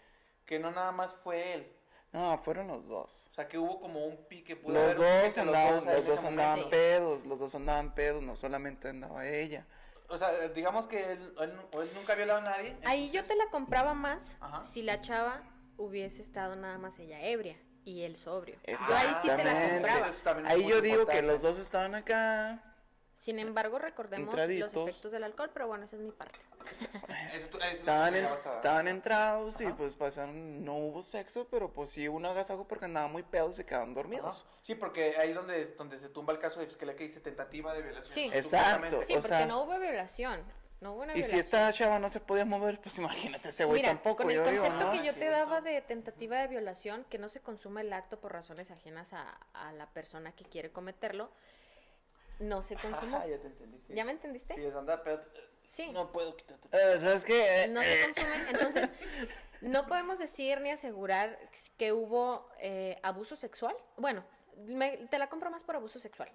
Speaker 3: que no nada más fue él.
Speaker 2: No, fueron los dos.
Speaker 3: O sea, que hubo como un pique. pudo
Speaker 2: Los
Speaker 3: haber un
Speaker 2: dos,
Speaker 3: pique,
Speaker 2: andaban,
Speaker 3: ahí
Speaker 2: los
Speaker 3: en
Speaker 2: dos
Speaker 3: esa
Speaker 2: andaban
Speaker 1: Sí.
Speaker 2: pedos, los dos andaban pedos, no solamente andaba ella.
Speaker 3: O sea, digamos que él, él, o él nunca ha violado a nadie.
Speaker 1: Ahí yo te la compraba más
Speaker 3: Ajá.
Speaker 1: si la chava hubiese estado nada más ella ebria y él sobrio. Yo Ah, ahí sí te la
Speaker 2: Exactamente.
Speaker 1: compraba.
Speaker 3: Eso también es
Speaker 2: Ahí
Speaker 3: muy
Speaker 2: yo digo que
Speaker 3: importante.
Speaker 2: los dos estaban acá.
Speaker 1: Sin embargo, recordemos
Speaker 2: Entraditos.
Speaker 1: los efectos del alcohol, pero bueno, esa es mi parte.
Speaker 4: Eso tú- eso
Speaker 2: Estaban,
Speaker 4: tú
Speaker 2: en-
Speaker 4: grabas a-
Speaker 2: estaban entrados y pues pasaron. No hubo sexo, pero pues sí hubo un agasajo porque andaban muy pedos y se quedaban dormidos.
Speaker 3: Ajá. Sí, porque ahí es donde, donde se tumba el caso de que le que dice tentativa de violación.
Speaker 1: Sí.
Speaker 2: Exacto.
Speaker 3: Supuestamente.
Speaker 1: Sí,
Speaker 2: O
Speaker 1: porque
Speaker 2: sea-
Speaker 1: no hubo violación. No hubo una
Speaker 2: Y si
Speaker 1: violación.
Speaker 2: esta chava no se podía mover, pues imagínate, ese güey
Speaker 1: Mira,
Speaker 2: tampoco.
Speaker 1: con el
Speaker 2: yo digo, "Ah,
Speaker 1: concepto
Speaker 2: ¿no?
Speaker 1: que yo te
Speaker 3: Cierto.
Speaker 1: daba de tentativa de violación, que no se consuma el acto por razones ajenas a, a la persona que quiere cometerlo, no se consumó.
Speaker 3: Ajá, ya te entendí. sí.
Speaker 1: ¿Ya me entendiste?
Speaker 3: Sí, es andar, pero
Speaker 1: Sí.
Speaker 3: no puedo quitarte.
Speaker 2: Eh, ¿Sabes qué? Eh,
Speaker 1: no
Speaker 2: eh,
Speaker 1: se consumen. Entonces, no podemos decir ni asegurar que hubo eh, abuso sexual. Bueno, me- te la compro más por abuso sexual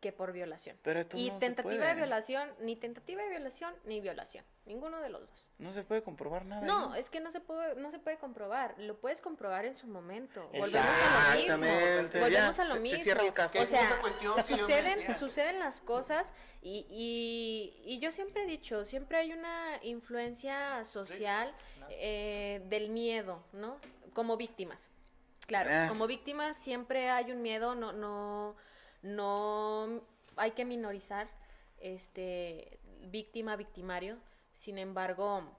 Speaker 1: que por violación.
Speaker 2: Pero esto
Speaker 1: y
Speaker 2: no se
Speaker 1: tentativa
Speaker 2: puede.
Speaker 1: de violación, ni tentativa de violación, ni violación. Ninguno de los dos.
Speaker 2: No se puede comprobar nada.
Speaker 1: No,
Speaker 2: ahí.
Speaker 1: es que no se puede, no se puede comprobar. Lo puedes comprobar en su momento. Volvemos a lo mismo.
Speaker 2: Exactamente.
Speaker 1: Volvemos
Speaker 2: ya,
Speaker 1: a lo
Speaker 2: se-
Speaker 1: mismo.
Speaker 2: Se cierra el caso.
Speaker 1: O
Speaker 4: es
Speaker 1: sea,
Speaker 4: otra cuestión que yo me
Speaker 1: suceden,
Speaker 4: decía.
Speaker 1: suceden las cosas y, y- y yo siempre he dicho, siempre hay una influencia social eh, del miedo, ¿no? Como víctimas. Claro,
Speaker 2: Eh.
Speaker 1: como víctimas siempre hay un miedo, no, no, no hay que minorizar este víctima, victimario. Sin embargo,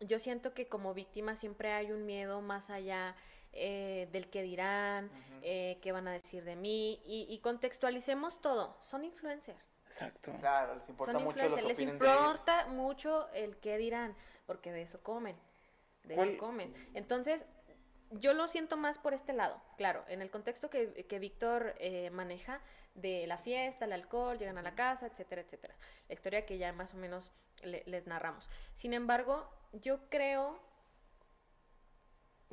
Speaker 1: yo siento que como víctima siempre hay un miedo más allá eh, del que dirán, eh, qué van a decir de mí, y, y contextualicemos todo. Son influencers.
Speaker 2: Exacto.
Speaker 3: Claro, les importa
Speaker 1: Son
Speaker 3: mucho lo
Speaker 1: influencers.
Speaker 3: que
Speaker 1: Les
Speaker 3: opinen de ellos.
Speaker 1: importa mucho el qué dirán, porque de eso comen. De
Speaker 2: ¿Cuál-
Speaker 1: eso comen. Entonces, yo lo siento más por este lado. Claro, en el contexto que, que Víctor eh, maneja de la fiesta, el alcohol, llegan a la casa, etcétera, etcétera. La historia que ya más o menos le- les narramos. Sin embargo, yo creo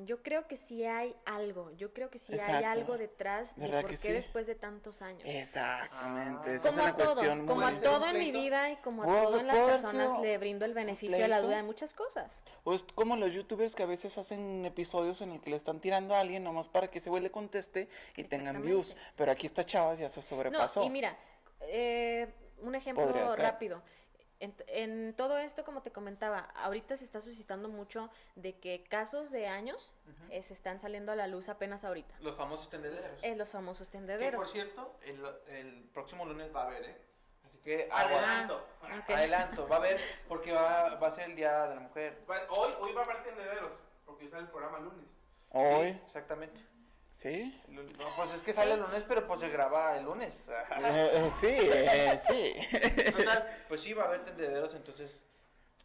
Speaker 1: Yo creo que sí hay algo, yo creo que sí hay
Speaker 2: Exacto.
Speaker 1: algo detrás de
Speaker 2: ¿Verdad
Speaker 1: por qué
Speaker 2: que sí?
Speaker 1: después de tantos años.
Speaker 3: Eh,
Speaker 2: Exactamente,
Speaker 3: Ah.
Speaker 2: esa es
Speaker 1: como
Speaker 2: una
Speaker 1: a todo,
Speaker 2: cuestión
Speaker 1: como
Speaker 2: muy...
Speaker 1: a todo en mi
Speaker 3: Pleito.
Speaker 1: vida y como a
Speaker 2: Puedo-
Speaker 1: todo en las
Speaker 2: puedo haber
Speaker 1: personas
Speaker 2: sido
Speaker 1: le brindo el beneficio de la
Speaker 2: pleito.
Speaker 1: duda de muchas cosas.
Speaker 2: O es pues, como los youtubers que a veces hacen episodios en el que le están tirando a alguien nomás para que ese güey le conteste y tengan
Speaker 1: Exactamente.
Speaker 2: views. Pero aquí esta chava ya se sobrepasó.
Speaker 1: No, y mira, eh, un
Speaker 2: Podría
Speaker 1: ejemplo
Speaker 2: ser.
Speaker 1: rápido. En, en todo esto, como te comentaba, ahorita se está suscitando mucho de que casos de años eh, se están saliendo a la luz apenas ahorita.
Speaker 3: Los famosos tendederos.
Speaker 1: Es los famosos
Speaker 3: que por
Speaker 1: Eh, tendederos.
Speaker 3: cierto, el, el próximo lunes va a haber, ¿eh? Así que aguas.
Speaker 4: Adelanto.
Speaker 1: Ah, ok.
Speaker 3: adelanto, va a haber, porque va, va a ser el Día de la Mujer.
Speaker 4: Va- Pues, Hoy, hoy va a haber tendederos, porque sale el programa lunes.
Speaker 2: Hoy,
Speaker 3: Sí, exactamente.
Speaker 2: sí.
Speaker 3: El lunes- no, pues es que sale el lunes, pero pues se graba el lunes.
Speaker 2: Eh, eh, sí, eh, sí.
Speaker 3: Total, pues sí, va a haber tendederos, entonces,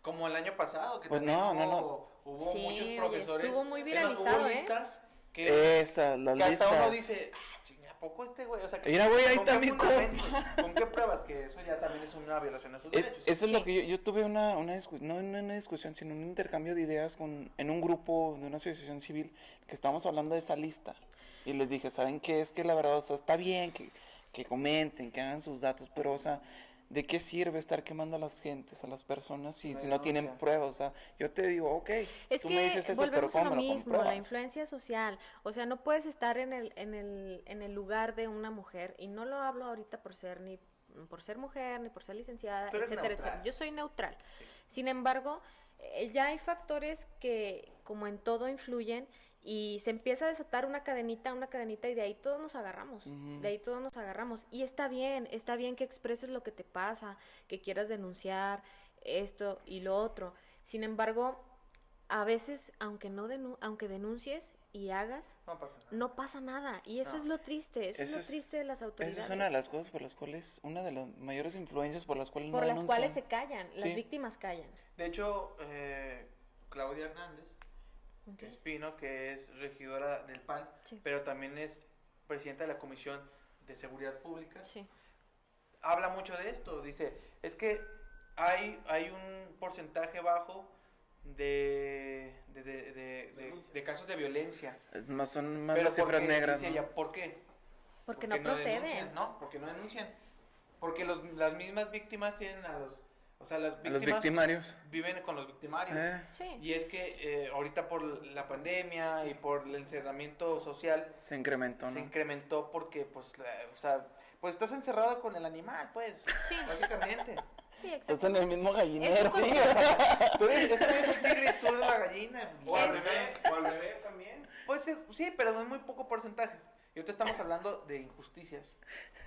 Speaker 3: como el año pasado, que
Speaker 2: Pues
Speaker 3: también
Speaker 2: no, no,
Speaker 3: hubo,
Speaker 2: no.
Speaker 3: hubo
Speaker 1: Sí,
Speaker 3: muchos
Speaker 1: oye,
Speaker 3: profesores.
Speaker 1: estuvo muy
Speaker 3: Es más,
Speaker 1: viralizado,
Speaker 3: hubo
Speaker 1: ¿eh?
Speaker 3: listas que,
Speaker 2: Esta, las
Speaker 3: que hasta uno
Speaker 2: Eh, listas.
Speaker 3: dice, ah, chinga, ¿a poco este güey? O sea, que-
Speaker 2: Mira, güey, ahí
Speaker 3: ¿con qué
Speaker 2: también
Speaker 3: fundamentos? ¿Con qué pruebas? Que eso ya también es una violación a sus
Speaker 2: Es-
Speaker 3: derechos.
Speaker 2: Eh, eso
Speaker 1: pues,
Speaker 2: es
Speaker 1: Sí.
Speaker 2: lo que yo, yo tuve una, una discusión, no no una discusión, sino un intercambio de ideas con, en un grupo de una asociación civil que estábamos hablando de esa lista. Y les dije, ¿saben qué? Es que la verdad, o sea, está bien que, que comenten, que hagan sus datos, pero, o sea, ¿de qué sirve estar quemando a las gentes, a las personas, si,
Speaker 3: No hay
Speaker 2: si no tienen
Speaker 3: denuncia.
Speaker 2: pruebas? O sea, yo te digo, ok,
Speaker 1: Es
Speaker 2: tú
Speaker 1: que
Speaker 2: me dices eso, pero
Speaker 1: volvemos
Speaker 2: ¿cómo
Speaker 1: a lo
Speaker 2: me lo
Speaker 1: mismo, la
Speaker 2: compruebas?
Speaker 1: influencia social. O sea, no puedes estar en el, en, el, en el lugar de una mujer, y no lo hablo ahorita por ser ni por ser mujer, ni por ser licenciada,
Speaker 3: Tú eres
Speaker 1: etcétera,
Speaker 3: neutral.
Speaker 1: etcétera. Yo soy neutral. Sin embargo, eh, ya hay factores que, como en todo, influyen y se empieza a desatar una cadenita, una cadenita, y de ahí todos nos agarramos.
Speaker 2: Ujú.
Speaker 1: De ahí todos nos agarramos. Y está bien, está bien que expreses lo que te pasa, que quieras denunciar esto y lo otro. Sin embargo, a veces, aunque, no denu- aunque denuncies y hagas,
Speaker 3: No pasa nada.
Speaker 1: no pasa nada. Y eso
Speaker 3: No.
Speaker 1: es lo triste, eso,
Speaker 2: Eso
Speaker 1: es lo triste de las autoridades.
Speaker 2: Esa es una de las cosas por las cuales, una de las mayores influencias por las cuales
Speaker 1: por
Speaker 2: no
Speaker 1: las cuales se
Speaker 2: denuncian.
Speaker 1: callan, las
Speaker 2: Sí.
Speaker 1: víctimas callan.
Speaker 3: De hecho, eh, Claudia Hernández
Speaker 1: Ok.
Speaker 3: Espino, que es regidora del PAN,
Speaker 1: Sí.
Speaker 3: pero también es presidenta de la Comisión de Seguridad Pública,
Speaker 1: Sí.
Speaker 3: habla mucho de esto. Dice, es que hay, hay un porcentaje bajo de, de, de- de- de- de casos de violencia.
Speaker 2: Es más- son más
Speaker 3: Pero
Speaker 2: las cifras
Speaker 3: porque,
Speaker 2: negras,
Speaker 3: dice
Speaker 2: ¿no?
Speaker 3: ella, ¿por qué?
Speaker 1: Porque, no,
Speaker 3: denuncian,
Speaker 1: proceden.
Speaker 3: no, porque no denuncian. Porque los- las mismas víctimas tienen a los... O sea, las
Speaker 2: A los
Speaker 3: víctimas,
Speaker 2: victimarios.
Speaker 3: viven con los victimarios.
Speaker 2: Eh.
Speaker 1: Sí.
Speaker 3: Y es que eh, ahorita por la pandemia y por el encerramiento social
Speaker 2: Se incrementó,
Speaker 3: se
Speaker 2: ¿no?
Speaker 3: incrementó porque, pues, la- o sea, pues estás encerrado con el animal, pues,
Speaker 1: Sí,
Speaker 3: básicamente.
Speaker 1: sí,
Speaker 2: Estás
Speaker 1: exacto.
Speaker 2: en el mismo
Speaker 1: Es
Speaker 2: gallinero.
Speaker 1: un contexto.
Speaker 3: tú eres, ese güey es el tigre y tú eres la gallina.
Speaker 4: O al
Speaker 1: Es-
Speaker 4: revés, o al revés también.
Speaker 3: Pues es- sí, pero es muy poco porcentaje. Y ahorita estamos hablando de injusticias.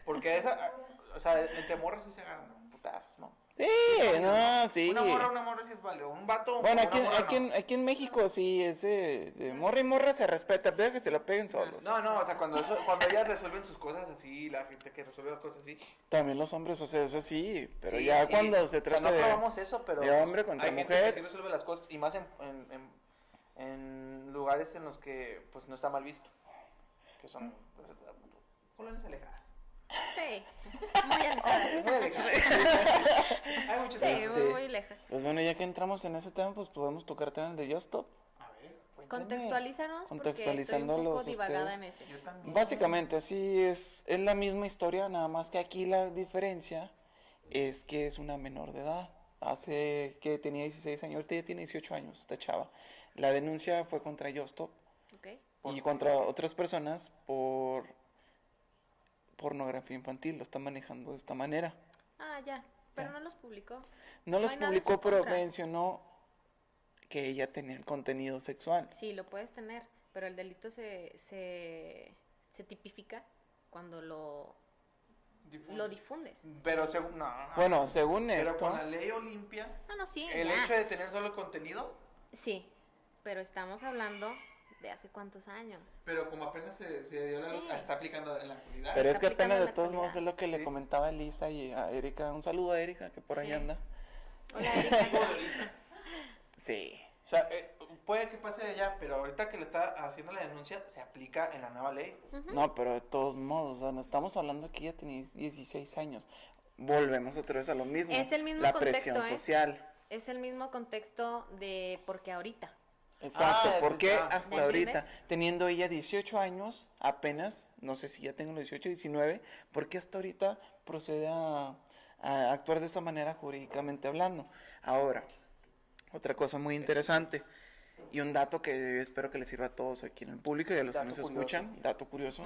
Speaker 3: Porque a esa, a- o sea, entre morras sí se ganan putazos, ¿no?
Speaker 2: Sí, Eh, no, sí.
Speaker 3: Una morra, una morra sí es válido. Un vato,
Speaker 2: Bueno,
Speaker 3: una
Speaker 2: aquí,
Speaker 3: morra
Speaker 2: aquí, en,
Speaker 3: no.
Speaker 2: aquí en México sí, ese de morra y morra se respeta, deja que se la peguen solos.
Speaker 3: No, no, o sea, cuando, eso- cuando ellas resuelven sus cosas así, la gente que resuelve las cosas así,
Speaker 2: También los hombres, o sea, es así, pero
Speaker 3: Sí,
Speaker 2: ya
Speaker 3: sí.
Speaker 2: cuando se
Speaker 3: O sea,
Speaker 2: trata
Speaker 3: no
Speaker 2: de...
Speaker 3: probamos eso, pero
Speaker 2: de hombre contra
Speaker 3: hay gente
Speaker 2: mujer.
Speaker 3: que sí resuelve las cosas y más en, en- en- en lugares en los que pues no está mal visto, que son pues, colonias alejadas.
Speaker 1: Sí, muy alejadas.
Speaker 3: Muy alejadas. hay muchos.
Speaker 1: Sí,
Speaker 2: Este-
Speaker 1: muy lejos.
Speaker 2: Pues bueno, ya que entramos en ese tema, pues podemos tocar temas de Just Stop.
Speaker 3: A ver, cuéntame.
Speaker 1: Contextualízanos porque estoy un poco
Speaker 2: Contextualizándolos
Speaker 1: divagada en
Speaker 2: ustedes.
Speaker 1: eso.
Speaker 3: Yo también.
Speaker 2: Básicamente, así es, es la misma historia, nada más que aquí la diferencia es que es una menor de edad. Hace que tenía 16 años, ahorita ya tiene 18 años, esta chava. La denuncia fue contra Yostop
Speaker 1: Ok.
Speaker 3: Por-
Speaker 2: y contra otras personas por pornografía infantil, lo está manejando de esta manera.
Speaker 1: Ah, ya. Pero
Speaker 2: Ya.
Speaker 1: no los publicó.
Speaker 2: No
Speaker 1: No
Speaker 2: los
Speaker 1: hay nada en su
Speaker 2: publicó, pero
Speaker 1: contra.
Speaker 2: mencionó que ella tenía el contenido sexual.
Speaker 1: Sí, lo puedes tener, pero el delito se, se, se tipifica cuando lo, lo difundes.
Speaker 3: Pero según, no,
Speaker 2: Bueno, según
Speaker 3: pero
Speaker 2: esto,
Speaker 3: con la ley Olimpia,
Speaker 1: Ah, no, sí,
Speaker 3: el
Speaker 1: ya.
Speaker 3: hecho de tener solo contenido,
Speaker 1: Sí, pero estamos hablando de hace cuántos años.
Speaker 3: pero como apenas se, se dio la luz,
Speaker 1: Sí.
Speaker 3: ah, está aplicando en la actualidad.
Speaker 2: Pero
Speaker 1: Ah, está
Speaker 2: es que
Speaker 1: aplicando
Speaker 2: apenas
Speaker 1: en
Speaker 2: de
Speaker 1: la
Speaker 2: todos modos es
Speaker 1: actualidad.
Speaker 2: lo que le
Speaker 3: Sí.
Speaker 2: comentaba a Elisa y a Erika. Un saludo a Erika que por ahí
Speaker 1: Sí.
Speaker 2: anda.
Speaker 1: Hola, Erika.
Speaker 2: Sí.
Speaker 3: O sea, eh, puede que pase allá, pero ahorita que le está haciendo la denuncia, se aplica en la nueva ley.
Speaker 1: Ujú.
Speaker 2: No, pero de todos modos, o sea, no estamos hablando que ella tenía 16 años. Volvemos otra vez a lo mismo.
Speaker 1: Es el mismo
Speaker 2: La
Speaker 1: contexto,
Speaker 2: presión
Speaker 1: ¿eh?
Speaker 2: social.
Speaker 1: Es el mismo contexto de porque ahorita.
Speaker 2: Exacto,
Speaker 3: Ah,
Speaker 2: ¿por qué
Speaker 3: ah.
Speaker 2: hasta
Speaker 1: ¿Me
Speaker 2: ahorita?
Speaker 1: entiendes?
Speaker 2: Teniendo ella 18 años, apenas, no sé si ya tengo los 18, 19, ¿por qué hasta ahorita procede a, a actuar de esa manera jurídicamente hablando? Ahora, otra cosa muy interesante y un dato que espero que les sirva a todos aquí en el público y a los
Speaker 3: Dato
Speaker 2: que nos
Speaker 3: curioso.
Speaker 2: escuchan, dato curioso.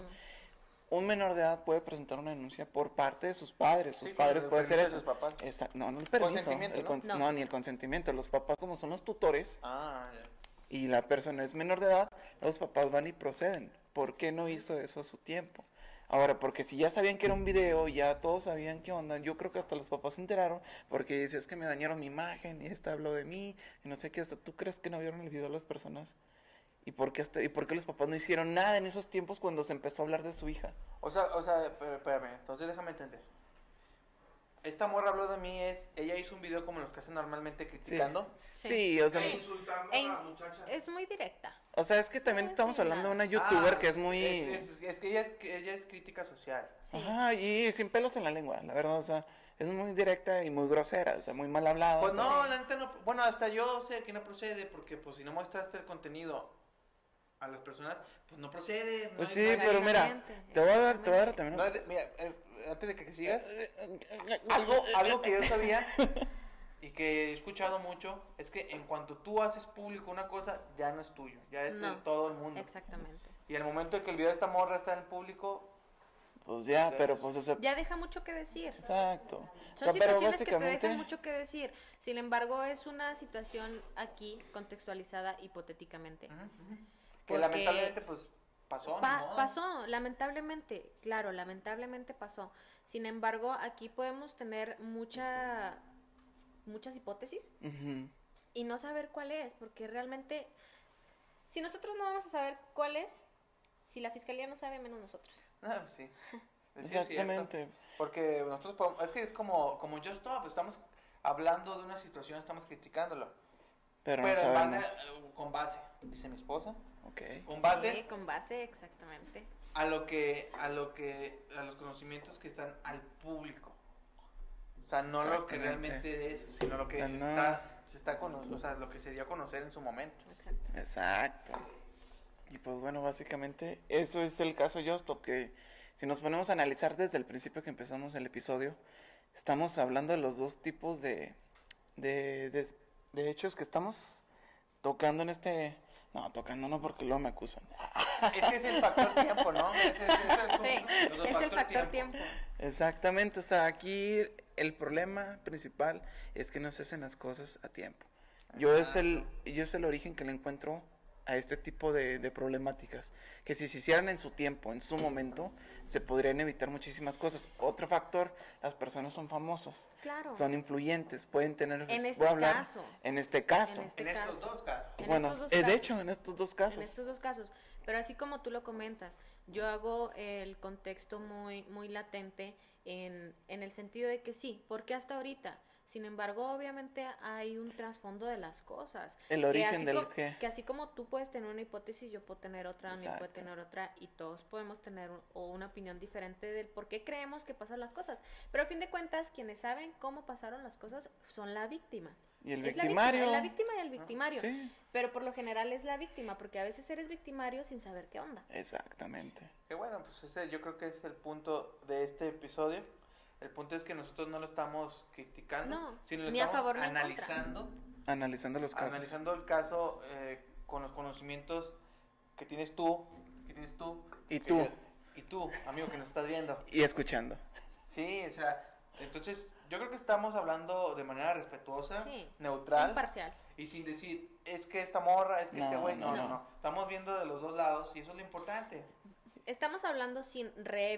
Speaker 2: Un menor de edad puede presentar una denuncia por parte de sus padres. Sus
Speaker 3: Sí, con
Speaker 2: padres
Speaker 3: el
Speaker 2: pueden ser
Speaker 3: permiso de
Speaker 2: eso.
Speaker 3: sus papás.
Speaker 2: Esa- no, no el permiso.
Speaker 3: Consentimiento,
Speaker 2: el
Speaker 3: ¿no?
Speaker 2: cons-
Speaker 1: No.
Speaker 2: no, ni el consentimiento. Los papás, como son los tutores,
Speaker 3: Ah, ya.
Speaker 2: y la persona es menor de edad, los papás van y proceden. ¿Por qué no hizo eso a su tiempo? Ahora, porque si ya sabían que era un video, ya todos sabían qué onda, yo creo que hasta los papás se enteraron, porque dice, es que me dañaron mi imagen, y esta habló de mí, y no sé qué, hasta tú crees que no vieron el video las personas. ¿Y por qué, hasta- y por qué los papás no hicieron nada en esos tiempos cuando se empezó a hablar de su hija?
Speaker 3: O sea, o sea, pero espérame, entonces déjame entender. Esta morra habló de mí, es. Ella hizo un video como los que hacen normalmente
Speaker 2: Sí,
Speaker 3: criticando.
Speaker 2: sí, o sea,
Speaker 1: Sí.
Speaker 4: Insultando
Speaker 1: E
Speaker 4: a la
Speaker 1: ins-
Speaker 4: muchacha.
Speaker 1: es muy directa.
Speaker 2: o sea, es que también
Speaker 1: Sí,
Speaker 2: estamos
Speaker 1: sí,
Speaker 2: hablando de
Speaker 1: nada.
Speaker 2: una youtuber
Speaker 3: Ah,
Speaker 2: que es muy...
Speaker 3: Es, es- es que ella es, ella es crítica social.
Speaker 1: Sí.
Speaker 2: Ajá, y sin pelos en la lengua, la verdad, o sea, es muy directa y muy grosera, o sea, muy mal hablada.
Speaker 3: Pues no,
Speaker 1: Sí.
Speaker 3: la neta no. Bueno, hasta yo sé que no procede, porque pues si no mostraste el contenido a las personas, pues no procede. No
Speaker 2: Pues
Speaker 3: hay
Speaker 2: sí, pues.
Speaker 3: manera.
Speaker 2: pero mira,
Speaker 1: Exactamente,
Speaker 2: te voy a dar, te voy a dar
Speaker 1: exactamente.
Speaker 2: también.
Speaker 3: No, de- mira, eh, antes de que sigas,
Speaker 2: Algo,
Speaker 3: algo, algo que yo sabía y que he escuchado mucho es que en cuanto tú haces público una cosa, ya no es tuyo, ya es
Speaker 1: No.
Speaker 3: de todo el mundo.
Speaker 1: Exactamente.
Speaker 3: Y al momento de que el video de esta morra está en el público,
Speaker 2: Pues ya, pero pues, o sea,
Speaker 1: Ya deja mucho que decir.
Speaker 2: exacto. O
Speaker 1: Son
Speaker 2: sea, pero
Speaker 1: situaciones que te
Speaker 2: básicamente,
Speaker 1: dejan mucho que decir. Sin embargo, es una situación aquí contextualizada hipotéticamente.
Speaker 3: que
Speaker 1: Porque-
Speaker 3: lamentablemente pues pasó. ni
Speaker 1: Pa-
Speaker 3: modo.
Speaker 1: pasó, lamentablemente, claro, lamentablemente pasó. Sin embargo, aquí podemos tener mucha, muchas hipótesis
Speaker 2: ujú,
Speaker 1: y no saber cuál es, porque realmente, si nosotros no vamos a saber cuál es, si la fiscalía no sabe, menos nosotros.
Speaker 3: Ah, sí. Sí, es cierto.
Speaker 2: Exactamente.
Speaker 3: Porque nosotros podemos- es que es como, como Just Stop, estamos hablando de una situación, estamos criticándola.
Speaker 2: Pero,
Speaker 3: Pero,
Speaker 2: no
Speaker 3: en
Speaker 2: sabemos.
Speaker 3: base a- con base, dice mi esposa,
Speaker 2: Ok.
Speaker 3: con base
Speaker 1: Sí, con base, exactamente.
Speaker 3: a lo que a lo que a los conocimientos que están al público o sea no lo que
Speaker 2: Exactamente.
Speaker 3: realmente es sino lo que
Speaker 2: O sea, no.
Speaker 3: está, se está cono- o sea lo que se dio a conocer en su momento
Speaker 1: Exacto.
Speaker 2: Exacto. Y pues bueno, básicamente eso es el caso Yostop, que si nos ponemos a analizar desde el principio que empezamos el episodio, estamos hablando de los dos tipos de, de, de, de hechos que estamos tocando en este... No, tocando no porque luego me acusan.
Speaker 3: es que es el factor tiempo no es, es- es el-
Speaker 1: Sí,
Speaker 3: los dos
Speaker 1: es el factor tiempo.
Speaker 2: Exactamente, o sea, aquí el problema principal es que no se hacen las cosas a tiempo. Yo es el, yo es el origen que le encuentro a este tipo de, de problemáticas, que si se hicieran en su tiempo, en su momento, se podrían evitar muchísimas cosas. Otro factor, las personas son famosas,
Speaker 1: Claro.
Speaker 2: son influyentes, pueden tener...
Speaker 1: En
Speaker 2: voy a
Speaker 1: este
Speaker 2: hablar-
Speaker 1: caso.
Speaker 2: En este caso.
Speaker 1: En este
Speaker 3: en estos
Speaker 1: caso.
Speaker 3: dos casos
Speaker 1: en
Speaker 2: bueno,
Speaker 1: estos dos
Speaker 2: eh, de
Speaker 1: casos.
Speaker 2: hecho, en estos dos casos.
Speaker 1: En estos dos casos. Pero así como tú lo comentas, yo hago el contexto muy, muy latente en, en el sentido de que sí, porque hasta ahorita. Sin embargo, obviamente hay un trasfondo de las cosas.
Speaker 2: El
Speaker 1: Que
Speaker 2: origen
Speaker 1: así
Speaker 2: del
Speaker 1: com-
Speaker 2: qué.
Speaker 1: Que así como tú puedes tener una hipótesis, yo puedo tener otra, Dani puede
Speaker 2: Exacto.
Speaker 1: tener otra, y todos podemos tener un- o una opinión diferente del por qué creemos que pasan las cosas. Pero a fin de cuentas, quienes saben cómo pasaron las cosas son la víctima.
Speaker 2: Y el
Speaker 1: Es la víctima-
Speaker 2: victimario. Ah,
Speaker 1: La víctima, y el victimario.
Speaker 2: Sí,
Speaker 1: Pero por lo general es la víctima, porque a veces eres victimario sin saber qué onda.
Speaker 2: exactamente.
Speaker 3: que bueno pues ese yo creo que es el punto de este episodio el punto es que nosotros no lo estamos criticando
Speaker 1: No,
Speaker 3: sino lo
Speaker 1: ni a
Speaker 3: estamos
Speaker 1: favor ni en contra.
Speaker 3: analizando
Speaker 2: Analizando los casos.
Speaker 3: analizando el caso eh, con los conocimientos que tienes tú, que tienes tú
Speaker 2: Y
Speaker 3: que-
Speaker 2: tú.
Speaker 3: y tú, amigo que nos estás viendo.
Speaker 2: Y escuchando.
Speaker 3: Sí, o sea, entonces yo creo que estamos hablando de manera respetuosa,
Speaker 1: Sí.
Speaker 3: neutral
Speaker 1: Imparcial.
Speaker 3: y sin decir es que esta morra, es que este
Speaker 2: No,
Speaker 3: güey, no, no,
Speaker 2: no.
Speaker 3: no. Estamos viendo de los dos lados y eso es lo importante.
Speaker 1: Estamos hablando sin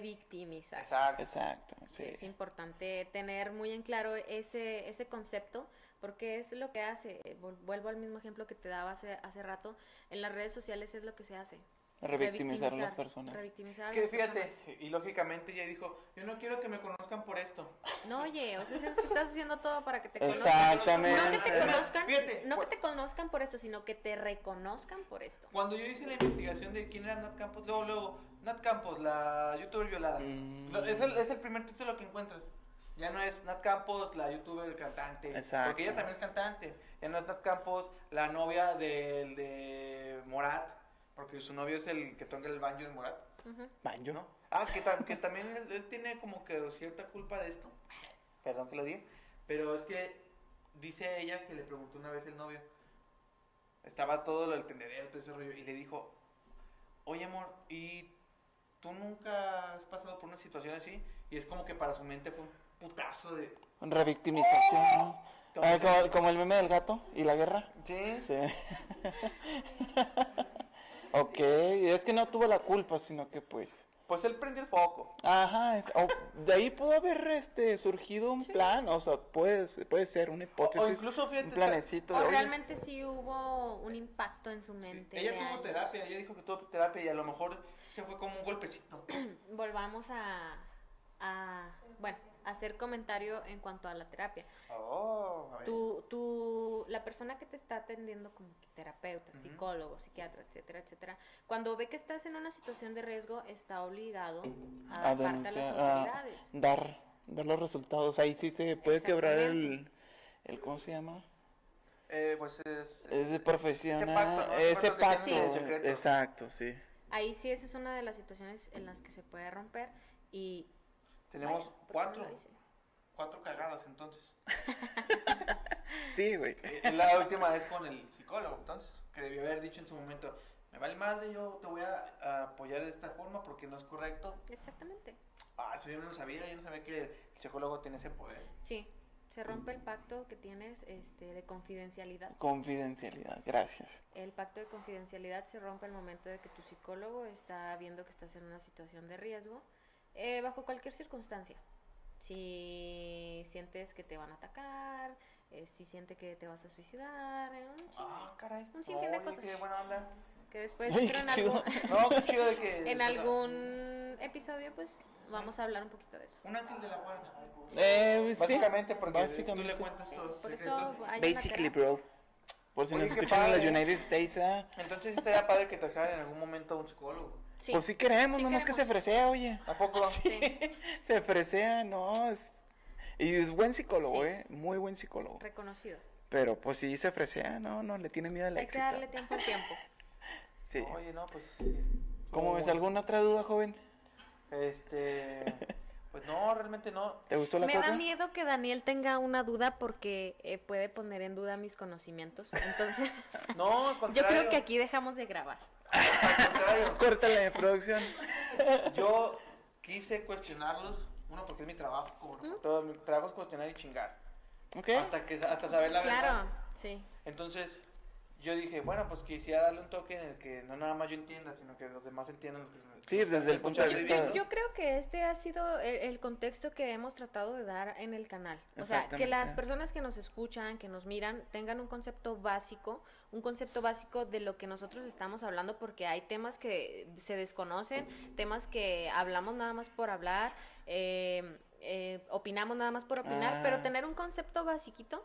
Speaker 1: revictimizar.
Speaker 3: Exacto.
Speaker 2: Exacto, sí.
Speaker 1: Es importante tener muy en claro ese, ese concepto, porque es lo que hace. Vol- Vuelvo al mismo ejemplo que te daba hace, hace rato. En las redes sociales es lo que se hace.
Speaker 2: Revictimizar a las personas.
Speaker 1: Revictimizar a
Speaker 3: Que
Speaker 1: las
Speaker 3: fíjate,
Speaker 1: personas.
Speaker 3: y lógicamente ella dijo, yo no quiero que me conozcan por esto.
Speaker 1: No, oye, o sea, se- estás haciendo todo para que te conozcan.
Speaker 2: Exactamente.
Speaker 1: No que te conozcan,
Speaker 3: Fíjate,
Speaker 1: no que
Speaker 3: cu-
Speaker 1: te conozcan por esto, sino que te reconozcan por esto.
Speaker 3: Cuando yo hice la investigación de quién era Nat Campos, luego, luego, Nat Campos, la youtuber violada.
Speaker 2: Mm.
Speaker 3: Lo- Es, el, es el primer título que encuentras. Ya no es Nat Campos la youtuber el cantante.
Speaker 2: Exacto.
Speaker 3: Porque ella también es cantante. Ya no es Nat Campos la novia del de Morat. Porque su novio es el que toca el banjo de Morat.
Speaker 1: Ujú.
Speaker 2: Banjo.
Speaker 3: ¿no? Ah, que, tam- que también él, él tiene como que cierta culpa de esto. Perdón que lo diga. Pero es que dice ella que le preguntó una vez el novio. Estaba todo lo del tendedero, todo ese rollo. Y le dijo, oye amor, ¿y tú nunca has pasado por una situación así? Y es como que para su mente fue un putazo de...
Speaker 2: Revictimización. ¿no?
Speaker 3: ¿Cómo
Speaker 2: Ah,
Speaker 3: se
Speaker 2: como,
Speaker 3: llama?
Speaker 2: como el meme del gato y la guerra.
Speaker 3: Sí.
Speaker 2: Sí. ok, es que no tuvo la culpa, sino que pues...
Speaker 3: Pues él prendió el foco.
Speaker 2: Ajá, es- o- de ahí pudo haber este, surgido un
Speaker 1: Sí.
Speaker 2: plan, o sea, puede, puede ser una hipótesis,
Speaker 3: incluso, fíjate,
Speaker 2: un
Speaker 3: ta-
Speaker 2: planecito. de,
Speaker 1: O
Speaker 2: oye,
Speaker 1: realmente sí hubo un impacto en su mente.
Speaker 3: Ella
Speaker 1: de
Speaker 3: tuvo
Speaker 1: años.
Speaker 3: terapia, ella dijo que tuvo terapia y a lo mejor se fue como un golpecito.
Speaker 1: Volvamos a, a, bueno, a hacer comentario en cuanto a la terapia.
Speaker 3: Oh, a ver.
Speaker 1: Tú, tú, la persona que te está atendiendo como tu terapeuta,
Speaker 3: Ujú.
Speaker 1: psicólogo, psiquiatra, etcétera, etcétera, cuando ve que estás en una situación de riesgo, está obligado a,
Speaker 2: a
Speaker 1: darte a las
Speaker 2: denunciar,
Speaker 3: ah.
Speaker 2: a
Speaker 1: autoridades.
Speaker 2: dar, dar los resultados. Ahí sí te puede quebrar el,
Speaker 1: Exactamente.
Speaker 2: el, ¿cómo se llama?
Speaker 3: Eh, pues es...
Speaker 2: Es de profesional, ese pacto,
Speaker 3: pacto, ¿no? Ese pacto que tienen
Speaker 1: Sí.
Speaker 3: de secreto.
Speaker 2: exacto, sí.
Speaker 1: Ahí sí, esa es una de las situaciones en las que se puede romper y...
Speaker 3: Tenemos
Speaker 1: vaya, ¿por qué no
Speaker 3: cuatro,
Speaker 1: lo hice?
Speaker 3: cuatro cagadas entonces.
Speaker 2: Sí, güey.
Speaker 3: Eh, La última vez con el psicólogo, entonces, que debió haber dicho en su momento, me vale madre, yo te voy a, a apoyar de esta forma porque no es correcto.
Speaker 1: Exactamente.
Speaker 3: Ah, eso yo no lo sabía, yo no sabía que el psicólogo tiene ese poder.
Speaker 1: Sí, se rompe el pacto que tienes este, de confidencialidad.
Speaker 2: Confidencialidad, gracias.
Speaker 1: El pacto de confidencialidad se rompe al momento de que tu psicólogo está viendo que estás en una situación de riesgo, eh, bajo cualquier circunstancia. Si sientes que te van a atacar, eh, si siente que te vas a suicidar, eh, un chingo.
Speaker 3: Ah, caray.
Speaker 1: Un sinfín de
Speaker 3: Oye,
Speaker 1: cosas.
Speaker 3: Qué buena onda.
Speaker 1: que después
Speaker 2: Ay,
Speaker 1: creo en,
Speaker 2: qué chido.
Speaker 1: algún,
Speaker 3: No, qué chido de que...
Speaker 1: en
Speaker 3: o sea,
Speaker 1: algún episodio, pues vamos a hablar un poquito de eso.
Speaker 3: Un ángel de la guarda.
Speaker 2: Eh, sí,
Speaker 3: Básicamente porque
Speaker 2: básicamente.
Speaker 3: tú le cuentas
Speaker 1: Sí,
Speaker 3: todos
Speaker 1: por
Speaker 3: los
Speaker 1: eso
Speaker 3: secretos.
Speaker 1: hay una
Speaker 2: Basically,
Speaker 1: terapia.
Speaker 2: bro. Por si
Speaker 3: Oye,
Speaker 2: nos
Speaker 3: qué
Speaker 2: escuchan en las
Speaker 3: padre.
Speaker 2: United States, ¿ah?
Speaker 3: Entonces estaría padre que trajera en algún momento a un psicólogo.
Speaker 1: Sí,
Speaker 2: Pues sí queremos,
Speaker 1: Sí
Speaker 2: nomás que se
Speaker 1: queremos.
Speaker 2: fresea, oye.
Speaker 3: ¿A poco?
Speaker 1: sí.
Speaker 2: Se fresea, no. es- Y es buen psicólogo,
Speaker 1: Sí.
Speaker 2: ¿eh? Muy buen psicólogo.
Speaker 1: reconocido.
Speaker 2: Pero pues sí se fresea, no, no, le tiene miedo al
Speaker 1: Hay que
Speaker 2: éxito.
Speaker 1: darle tiempo al tiempo.
Speaker 2: Sí.
Speaker 3: Oye, no, pues...
Speaker 2: ¿Cómo ves?
Speaker 3: algo?
Speaker 2: ¿Alguna otra duda, joven?
Speaker 3: Este. Pues no, realmente no.
Speaker 2: ¿Te gustó la
Speaker 1: Me
Speaker 2: coca?
Speaker 1: da miedo que Daniel tenga una duda porque eh, puede poner en duda mis conocimientos. Entonces,
Speaker 3: No, al
Speaker 1: yo
Speaker 3: contrario.
Speaker 1: creo que aquí dejamos de grabar.
Speaker 3: Al contrario.
Speaker 2: Córtale de producción.
Speaker 3: Yo quise cuestionarlos. Uno, porque es mi trabajo. Como todo mi trabajo es cuestionar y chingar.
Speaker 2: ¿Ok?
Speaker 3: Hasta, que, hasta saber la
Speaker 1: Claro,
Speaker 3: verdad.
Speaker 1: sí.
Speaker 3: Entonces, yo dije, bueno, pues quisiera darle un toque en el que no nada más yo entienda, sino que los demás entiendan. pues, lo que-
Speaker 2: Sí, desde el punto de
Speaker 1: Yo,
Speaker 2: Ahí
Speaker 1: yo-
Speaker 2: vista- está.
Speaker 1: yo creo que este ha sido el, el contexto que hemos tratado de dar en el canal. O sea, que las
Speaker 2: Exactamente.
Speaker 1: personas que nos escuchan, que nos miran, tengan un concepto básico, un concepto básico de lo que nosotros estamos hablando, porque hay temas que se desconocen, temas que hablamos nada más por hablar, eh, eh, opinamos nada más por opinar,
Speaker 2: Ah.
Speaker 1: pero tener un concepto basiquito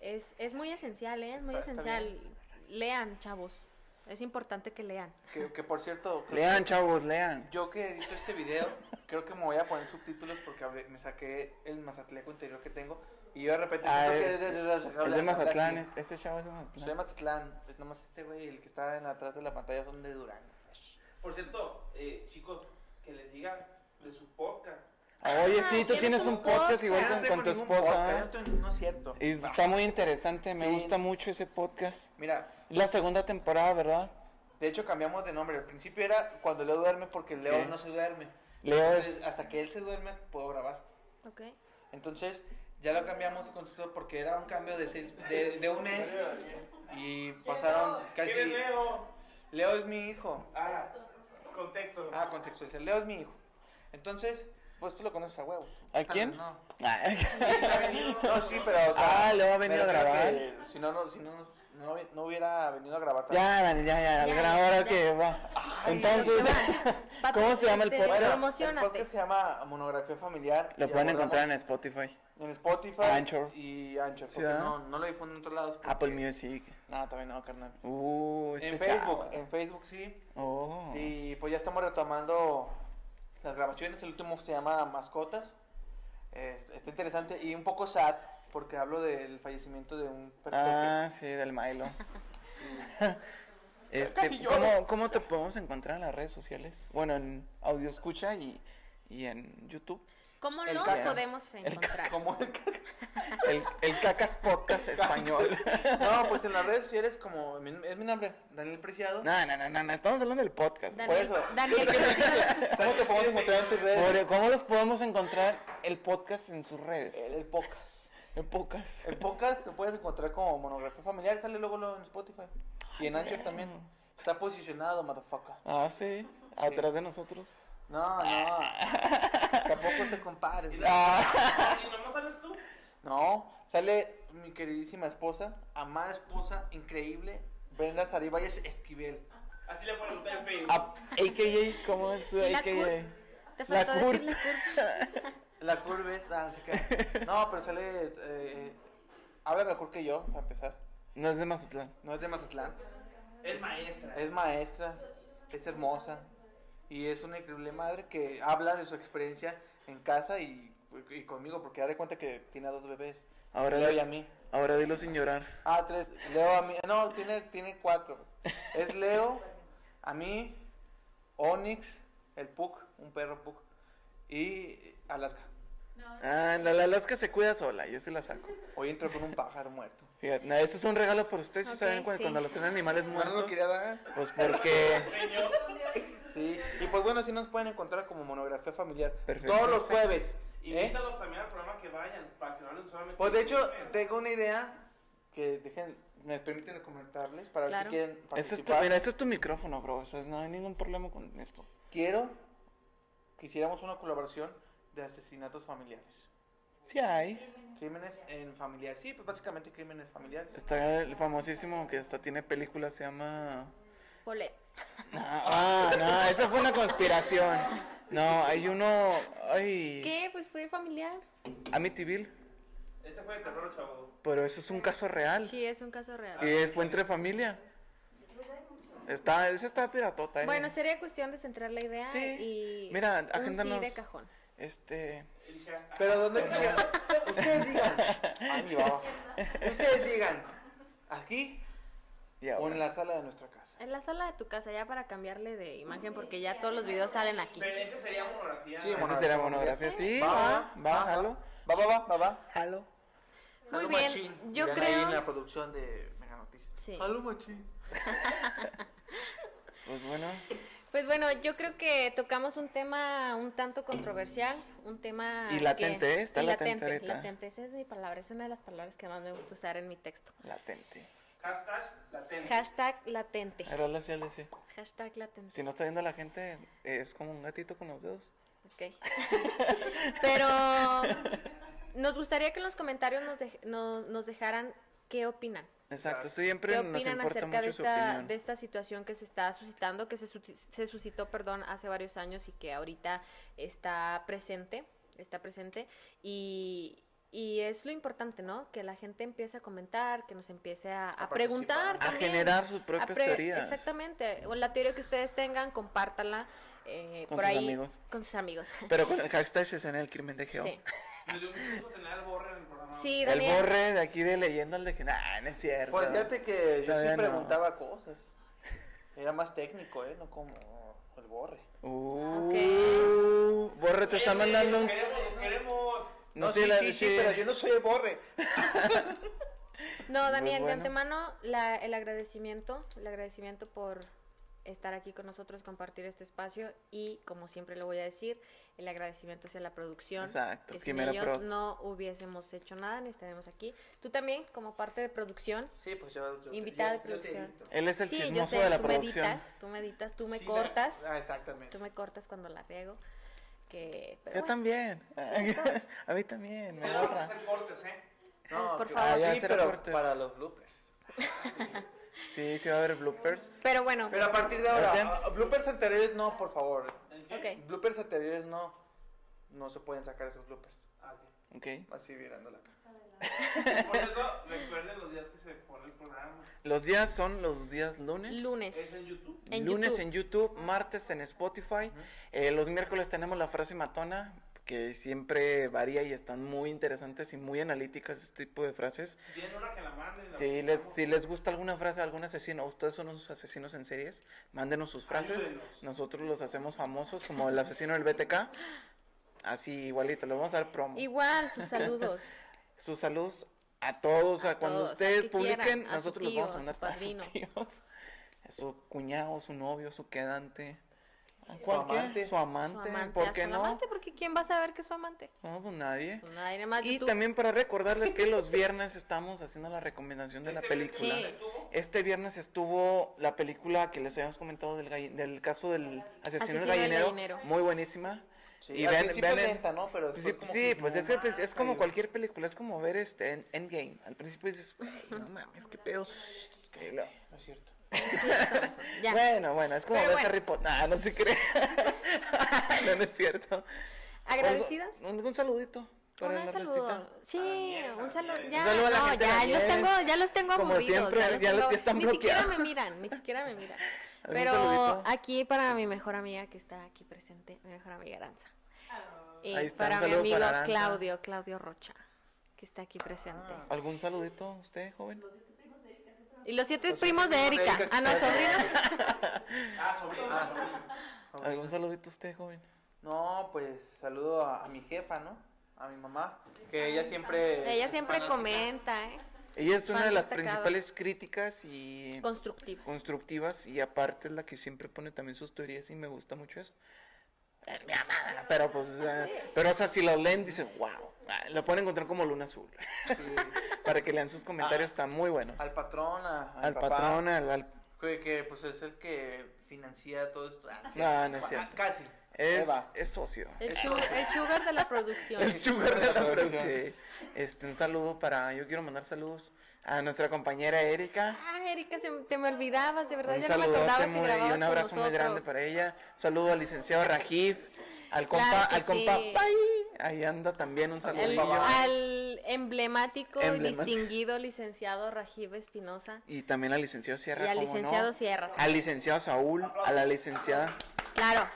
Speaker 1: es, es muy esencial, ¿eh? es muy
Speaker 3: Está- está
Speaker 1: esencial. Lean, chavos. Es importante que lean.
Speaker 3: Que, que, por cierto. creo
Speaker 2: Lean,
Speaker 3: que-
Speaker 2: chavos, lean.
Speaker 3: Yo que edito este video, creo que me voy a poner subtítulos porque hablé- me saqué el mazatleco interior que tengo. Y yo de repente.
Speaker 2: Ah,
Speaker 3: siento que
Speaker 2: es, es de Mazatlán,
Speaker 3: así.
Speaker 2: es- ese chavo es de
Speaker 3: Soy de
Speaker 2: Mazatlán.
Speaker 3: Mazatlán, pues nomás este güey, el que está en atrás de la pantalla son de Durango.
Speaker 4: Por cierto, eh, chicos, que les digan de su podcast.
Speaker 2: Ah, Oye, sí, tú
Speaker 1: tienes
Speaker 2: tienes
Speaker 1: un
Speaker 2: un podcast
Speaker 1: podcast.
Speaker 2: igual
Speaker 1: Yo no
Speaker 2: con, con tu esposa. ¿eh?
Speaker 3: No es cierto.
Speaker 2: Y está muy interesante, me
Speaker 3: Sí.
Speaker 2: gusta mucho ese podcast.
Speaker 3: Mira,
Speaker 2: La segunda temporada, ¿verdad?
Speaker 3: de hecho cambiamos de nombre. Al principio era cuando Leo duerme porque Leo
Speaker 2: Ok.
Speaker 3: no se duerme.
Speaker 2: Leo
Speaker 3: Entonces,
Speaker 2: es...
Speaker 3: hasta que él se duerme puedo grabar.
Speaker 1: ¿Ok?
Speaker 3: Entonces ya lo cambiamos de concepto porque era un cambio de, seis- de, de un mes y pasaron
Speaker 4: ¿Quién
Speaker 3: casi...
Speaker 4: es Leo?
Speaker 3: Leo es mi hijo.
Speaker 4: Ah, contexto.
Speaker 3: Ah, contextualización. Leo es mi hijo. Entonces, pues tú lo conoces a huevo.
Speaker 2: ¿A quién?
Speaker 3: No.
Speaker 2: Ah,
Speaker 3: No, sí, pero. O sea,
Speaker 2: Ah, luego ha venido
Speaker 3: pero
Speaker 2: a
Speaker 3: creo
Speaker 2: grabar.
Speaker 3: que Si no, no, si no, no, no hubiera venido a grabar. tampoco.
Speaker 2: ya, Dani, ya, ya,
Speaker 1: Ya,
Speaker 2: la gran hora
Speaker 1: ya.
Speaker 2: que va.
Speaker 3: Ay,
Speaker 2: Entonces,
Speaker 1: Pato,
Speaker 2: ¿cómo se llama el
Speaker 1: este,
Speaker 2: podcast?
Speaker 1: promocionate.
Speaker 3: El podcast se llama Monografía Familiar.
Speaker 2: lo
Speaker 3: y
Speaker 2: pueden
Speaker 3: abordamos
Speaker 2: encontrar en Spotify,
Speaker 3: en Spotify
Speaker 2: Anchor.
Speaker 3: y Anchor.
Speaker 2: Sí,
Speaker 3: Porque
Speaker 2: ¿verdad?
Speaker 3: no, no lo difunden en otros lados. porque-
Speaker 2: Apple Music.
Speaker 3: No, también no, carnal.
Speaker 2: Uh, este
Speaker 3: en Facebook,
Speaker 2: chavo.
Speaker 3: en Facebook sí.
Speaker 2: Oh.
Speaker 3: Y pues ya estamos retomando las grabaciones. El último se llama Mascotas. Eh, está interesante y un poco sad porque hablo del fallecimiento de un
Speaker 2: Ah, sí, del Milo.
Speaker 3: Casi
Speaker 2: Este,
Speaker 3: lloro.
Speaker 2: ¿cómo, cómo te podemos encontrar en las redes sociales? Bueno, en Audio Escucha y, y en YouTube.
Speaker 1: ¿Cómo
Speaker 3: El
Speaker 1: nos
Speaker 3: caca.
Speaker 1: podemos encontrar?
Speaker 3: como el
Speaker 2: El, el Cacas Podcast Español.
Speaker 3: No, pues en las redes sociales como mi- es mi nombre, Daniel Preciado.
Speaker 2: No, no, no, no, no, estamos hablando del podcast.
Speaker 1: Daniel,
Speaker 3: por eso.
Speaker 1: Daniel Preciado.
Speaker 3: ¿Cómo te podemos encontrar en tus redes?
Speaker 2: Pobre, ¿Cómo los podemos encontrar el podcast en sus
Speaker 3: El,
Speaker 2: redes?
Speaker 3: el podcast.
Speaker 2: En pocas.
Speaker 3: El podcast lo puedes encontrar como monografía familiar, sale luego, luego en Spotify. Y en Anchor también. Está posicionado, motherfucker.
Speaker 2: Ah, sí, atrás de nosotros.
Speaker 3: No, no. Tampoco te compares. güey.
Speaker 4: Ah. ¿Y nomás sales tú?
Speaker 3: No, sale mi queridísima esposa, amada esposa, increíble, Brenda Sarivalles Esquivel.
Speaker 4: Así le pones usted en Facebook.
Speaker 2: Ah, AKA, ¿cómo es su
Speaker 1: ¿Y la
Speaker 2: AKA?
Speaker 1: Te faltó
Speaker 2: La
Speaker 1: decir
Speaker 2: cur-
Speaker 1: la curva.
Speaker 3: La curva es... ah, se queda. No, pero sale... eh, eh, habla mejor que yo, para empezar.
Speaker 2: No es de Mazatlán.
Speaker 3: No es de Mazatlán.
Speaker 4: Es maestra.
Speaker 3: Es maestra, es hermosa y es una increíble madre que habla de su experiencia en casa y, y conmigo, porque da de cuenta que tiene a dos bebés.
Speaker 2: Ahora
Speaker 3: Leo
Speaker 2: di-
Speaker 3: y a mí.
Speaker 2: Ahora dilo sin llorar.
Speaker 3: Ah, tres. Leo a mí. No, tiene, tiene cuatro. Es Leo, a mí, Onyx, el Puck, un perro Puck, y Alaska.
Speaker 2: Ah, la, la Alaska se cuida sola, yo se la saco.
Speaker 3: Hoy entró con un pájaro muerto.
Speaker 2: Fíjate, no, eso es un regalo para ustedes, si
Speaker 1: Ok,
Speaker 2: saben, cuando,
Speaker 1: sí.
Speaker 2: cuando los tienen animales
Speaker 3: No
Speaker 2: muertos.
Speaker 3: lo quería dar.
Speaker 2: Pues porque...
Speaker 3: ¿Eh? Sí. Y pues bueno, así nos pueden encontrar como monografía familiar.
Speaker 2: Perfecto.
Speaker 3: Todos los jueves. ¿eh?
Speaker 4: Invítalos también al programa que vayan, para que no hablen solamente.
Speaker 3: Pues de hecho,
Speaker 4: ustedes.
Speaker 3: tengo una idea que dejen, me permiten comentarles para
Speaker 1: Claro.
Speaker 3: ver si quieren
Speaker 2: Este es tu,
Speaker 3: participar.
Speaker 2: mira, este es tu micrófono, bro. O sea, no hay ningún problema con esto.
Speaker 3: Quiero que hiciéramos una colaboración de asesinatos familiares.
Speaker 2: Sí hay.
Speaker 3: Crímenes en familiar. Sí, pues básicamente crímenes familiares.
Speaker 2: Está el famosísimo que hasta tiene películas, se llama...
Speaker 1: Polet.
Speaker 2: No, ah, no, eso fue una conspiración. No, hay uno... Ay...
Speaker 1: ¿Qué? Pues fue familiar.
Speaker 2: Amityville,
Speaker 4: Este fue de terror, chavo.
Speaker 2: pero eso es un caso real.
Speaker 1: Sí, es un caso
Speaker 2: Y
Speaker 1: real.
Speaker 2: eh, fue entre familia. Está, ese está piratota, eh.
Speaker 1: Bueno, sería cuestión de centrar la idea
Speaker 2: Sí.
Speaker 1: y
Speaker 2: Mira,
Speaker 1: un sí de
Speaker 2: agéndanos.
Speaker 1: cajón.
Speaker 2: Este...
Speaker 4: Elija. ah,
Speaker 3: Pero donde quieran. Ustedes digan. Ay, mi baba. Ustedes digan. Aquí
Speaker 2: Y
Speaker 3: o
Speaker 2: ahora.
Speaker 3: en la sala de nuestra casa.
Speaker 1: En la sala de tu casa, ya para cambiarle de imagen, porque ya todos los videos salen aquí.
Speaker 4: Pero ese sería monografía.
Speaker 3: Sí,
Speaker 2: Esa será monografía. Sí, va, va, jalo.
Speaker 3: Va, va, va, va, va.
Speaker 2: Jalo.
Speaker 1: Muy
Speaker 3: Jalo
Speaker 1: bien,
Speaker 3: machín.
Speaker 1: yo
Speaker 3: Dirán
Speaker 1: creo-
Speaker 3: Ahí en la producción de Mega Noticias.
Speaker 1: Sí.
Speaker 3: Jalo machín.
Speaker 2: Pues bueno,
Speaker 1: Pues bueno, yo creo que tocamos un tema un tanto controversial, un tema...
Speaker 2: Y latente,
Speaker 1: que-
Speaker 2: ¿eh? Está
Speaker 1: y
Speaker 2: latente ahorita.
Speaker 1: latente, esa es mi palabra, es una de las palabras que más me gusta usar en mi texto.
Speaker 2: latente.
Speaker 4: Hashtag latente.
Speaker 1: Hashtag latente,
Speaker 2: Ahora la sí, sí.
Speaker 1: hashtag latente,
Speaker 2: Si no está viendo la gente, eh, es como un gatito con los dedos.
Speaker 1: ok. Pero nos gustaría que en los comentarios nos, dej- no- nos dejaran qué opinan.
Speaker 2: Exacto,
Speaker 1: ¿Qué
Speaker 2: siempre nos
Speaker 1: opinan
Speaker 2: importa
Speaker 1: acerca de
Speaker 2: mucho su
Speaker 1: esta,
Speaker 2: opinión.
Speaker 1: de esta situación que se está suscitando, que se, su- se suscitó, perdón, hace varios años y que ahorita está presente, está presente y, y es lo importante, ¿no? Que la gente empiece a comentar, que nos empiece a, a
Speaker 3: participar.
Speaker 1: preguntar
Speaker 3: A
Speaker 2: A
Speaker 1: también.
Speaker 2: generar sus
Speaker 1: a
Speaker 2: propias
Speaker 1: pre-
Speaker 2: teorías.
Speaker 1: Exactamente, o la teoría que ustedes tengan, compártala eh,
Speaker 2: Con
Speaker 1: por
Speaker 2: sus
Speaker 1: ahí
Speaker 2: amigos.
Speaker 1: con sus amigos.
Speaker 2: Pero con el hashtag se en el crimen de Geo.
Speaker 1: Sí.
Speaker 4: Me dio mucho gusto tener al borre en el programa.
Speaker 1: Sí,
Speaker 2: "Oh, El
Speaker 1: Daniel.
Speaker 2: borre de aquí de leyenda al de que, nah, no es cierto.
Speaker 3: Pues fíjate que yo
Speaker 2: Todavía
Speaker 3: sí
Speaker 2: no.
Speaker 3: preguntaba cosas. Era más técnico, ¿eh? No como el borre.
Speaker 2: Uh, Borre te está
Speaker 4: Oye, güey,
Speaker 2: mandando
Speaker 4: los
Speaker 2: un.
Speaker 4: Queremos, los queremos.
Speaker 2: No,
Speaker 3: sí,
Speaker 2: sé, la-
Speaker 3: sí, sí, pero yo no soy el borre.
Speaker 1: No,
Speaker 2: Pues
Speaker 1: Daniel, de
Speaker 2: bueno.
Speaker 1: antemano la- el agradecimiento, el agradecimiento por estar aquí con nosotros, compartir este espacio y, como siempre lo voy a decir, el agradecimiento hacia la producción.
Speaker 2: Exacto,
Speaker 1: que sin
Speaker 2: Quimera
Speaker 1: ellos
Speaker 2: Pro.
Speaker 1: no hubiésemos hecho nada, ni estaremos aquí. Tú también, como parte de producción.
Speaker 3: Sí, pues yo. yo
Speaker 1: Invitada de
Speaker 3: yo- yo te
Speaker 1: producción.
Speaker 3: edito.
Speaker 2: Él es el
Speaker 1: sí, yo
Speaker 2: chismoso
Speaker 1: sé,
Speaker 2: de la
Speaker 1: tú
Speaker 2: producción.
Speaker 1: me editas, tú me editas, tú me
Speaker 3: Sí,
Speaker 1: cortas,
Speaker 3: da- Ah, exactamente.
Speaker 1: tú me cortas cuando la riego. Que, pero
Speaker 2: Yo
Speaker 1: bueno,
Speaker 2: también.
Speaker 1: todos.
Speaker 2: a mí también, me
Speaker 4: Ya vamos a
Speaker 2: borra.
Speaker 4: hacer cortes, ¿eh?
Speaker 3: No,
Speaker 1: Por
Speaker 3: que-
Speaker 1: favor.
Speaker 3: ah,
Speaker 2: Ah, ya,
Speaker 3: sí,
Speaker 2: cero
Speaker 3: pero
Speaker 2: cortes.
Speaker 3: para los bloopers.
Speaker 2: Sí, sí va a haber bloopers.
Speaker 1: Pero bueno,
Speaker 3: Pero a partir de ahora,
Speaker 2: Orden.
Speaker 3: ah, bloopers anteriores no, por favor.
Speaker 4: ¿El qué?
Speaker 1: ok.
Speaker 3: Bloopers anteriores no. No se pueden sacar esos bloopers.
Speaker 4: Ah, ok.
Speaker 2: Ok.
Speaker 3: Así mirando la cara.
Speaker 4: Por cierto, recuerden los días que se pone el programa.
Speaker 2: Los días son los días lunes.
Speaker 1: Lunes.
Speaker 4: Es en YouTube.
Speaker 1: En
Speaker 2: lunes
Speaker 1: YouTube.
Speaker 2: en YouTube, martes en Spotify. Eh, los miércoles tenemos la frase matona, que siempre varía y están muy interesantes y muy analíticas este tipo de frases.
Speaker 4: Si tienen una que la manden. la
Speaker 2: Si les,
Speaker 4: buscamos.
Speaker 2: si les gusta alguna frase de algún asesino, ustedes son unos asesinos en series, mándenos sus frases.
Speaker 4: Ayúdenos.
Speaker 2: Nosotros los hacemos famosos, como el asesino del BTK. Así igualito, le vamos a dar promo.
Speaker 1: Igual, sus saludos.
Speaker 2: Sus saludos a todos, a, cuando
Speaker 1: todos, al
Speaker 2: ustedes
Speaker 1: que
Speaker 2: publiquen,
Speaker 1: quieran, a su
Speaker 2: nosotros
Speaker 1: tío,
Speaker 2: los vamos a
Speaker 1: a
Speaker 2: mandar
Speaker 1: su padrino.
Speaker 2: a sus tíos, a su cuñado, su novio, su quedante. a
Speaker 3: Su
Speaker 2: cualquier-
Speaker 3: amante.
Speaker 2: Su
Speaker 1: Su
Speaker 2: amante,
Speaker 1: amante,
Speaker 2: ¿por
Speaker 1: hasta
Speaker 2: qué
Speaker 1: el
Speaker 2: no?
Speaker 1: amante, porque ¿quién va a saber que es su amante?
Speaker 2: No, pues nadie.
Speaker 1: Pues nada, nada más
Speaker 2: Y
Speaker 1: YouTube.
Speaker 2: también para recordarles que los viernes estamos haciendo la recomendación de la
Speaker 4: Este viernes
Speaker 2: película.
Speaker 1: Sí.
Speaker 4: estuvo.
Speaker 2: Este viernes estuvo la película que les habíamos comentado del, galli- del caso del asesino,
Speaker 1: Asesino
Speaker 2: del
Speaker 1: del
Speaker 2: gallinero,
Speaker 1: gallinero.
Speaker 2: muy buenísima.
Speaker 3: Sí,
Speaker 2: y
Speaker 3: al
Speaker 2: vean,
Speaker 3: principio
Speaker 2: vean
Speaker 3: es
Speaker 2: el-
Speaker 3: lenta, ¿no? Pero
Speaker 2: Sí,
Speaker 3: después como
Speaker 2: sí,
Speaker 3: que "Ah,
Speaker 2: pues
Speaker 3: no
Speaker 2: es que
Speaker 3: más,
Speaker 2: pues, es como
Speaker 3: ayuda.
Speaker 2: cualquier película, es como ver este en- Endgame. Al principio dices, "Ay, no mames, qué pedo. Que lo-
Speaker 3: No es cierto.
Speaker 1: Ya.
Speaker 2: Bueno, bueno, es como
Speaker 1: Pero
Speaker 2: ver
Speaker 1: bueno.
Speaker 2: Harry Potter. Ah, no se cree. no, no es cierto.
Speaker 1: ¿Agradecidas?
Speaker 2: Algo- Un, un saludito para
Speaker 1: Un
Speaker 2: la
Speaker 1: saludo.
Speaker 2: recita.
Speaker 1: Sí,
Speaker 4: Javier,
Speaker 1: un saludo.
Speaker 4: Javier.
Speaker 1: Ya,
Speaker 2: Ah, Un saludo a la
Speaker 1: no,
Speaker 2: gente de
Speaker 1: ya, los
Speaker 2: Javier.
Speaker 1: tengo, ya los tengo
Speaker 2: Como
Speaker 1: aburridos.
Speaker 2: siempre,
Speaker 1: los
Speaker 2: ya los-
Speaker 1: tengo-
Speaker 2: ya están
Speaker 1: Ni siquiera me
Speaker 2: bloqueados.
Speaker 1: miran, ni siquiera me miran.
Speaker 2: ¿Algún
Speaker 1: Pero
Speaker 2: saludito?
Speaker 1: aquí para mi mejor amiga que está aquí presente, mi mejor amiga Aranza. Y
Speaker 2: Ahí está,
Speaker 1: para
Speaker 2: un
Speaker 1: mi
Speaker 2: saludo
Speaker 1: amigo
Speaker 2: para Aranza.
Speaker 1: Claudio, Claudio Rocha, que está aquí presente.
Speaker 2: ¿Algún saludito a usted, joven?
Speaker 1: Y los siete primos de Erika.
Speaker 2: Erika,
Speaker 1: Ah, no,
Speaker 2: que-
Speaker 1: sobrinos.
Speaker 4: Ah, sobrino, sobrino.
Speaker 2: ¿Algún saludito a usted, joven?
Speaker 3: No, pues saludo a, a mi jefa, ¿no? A mi mamá, que ella siempre...
Speaker 1: Ella siempre
Speaker 3: fanática.
Speaker 1: comenta, ¿eh?
Speaker 2: Ella es una
Speaker 1: Fan
Speaker 2: de las
Speaker 1: destacado.
Speaker 2: principales críticas y
Speaker 1: Constructivo.
Speaker 2: constructivas y aparte es la que siempre pone también sus teorías y me gusta mucho eso. Eh, mi amada, Pero pues, o sea, pero o sea, si la leen dicen, wow, Ah, la pueden encontrar como luna azul. Para que lean sus comentarios, están muy buenos. Al,
Speaker 3: Ah. Al patrón, a, al papá,
Speaker 2: patrón, al, al-
Speaker 3: Que, que, pues es el que financia todo esto. Ah, sí.
Speaker 2: No, no es
Speaker 3: Ah,
Speaker 2: cierto.
Speaker 3: Casi.
Speaker 2: es,
Speaker 3: Ahí va.
Speaker 2: es socio.
Speaker 1: El, su- el sugar de la producción.
Speaker 2: Eh. El sugar de la
Speaker 3: producción.
Speaker 2: producción. Este, un saludo para, yo quiero mandar saludos a nuestra compañera Erika.
Speaker 1: Ah, Erika, se, te me olvidabas, de verdad,
Speaker 2: Un
Speaker 1: ya no me acordaba que
Speaker 2: saludote muy,
Speaker 1: grababas
Speaker 2: y un abrazo
Speaker 1: con
Speaker 2: muy grande
Speaker 1: nosotros.
Speaker 2: para ella. Saludo al licenciado Rajif, al compa,
Speaker 1: Claro que
Speaker 2: al compa
Speaker 1: sí.
Speaker 2: Pai. Ahí anda también un saludo.
Speaker 1: El- al emblemático y
Speaker 2: Emblemático.
Speaker 1: distinguido licenciado Rajiv Espinosa
Speaker 2: Y también al licenciado Sierra.
Speaker 1: y al
Speaker 2: cómo no.
Speaker 1: licenciado Sierra.
Speaker 2: Al licenciado Saúl, a la licenciada,
Speaker 1: Claro,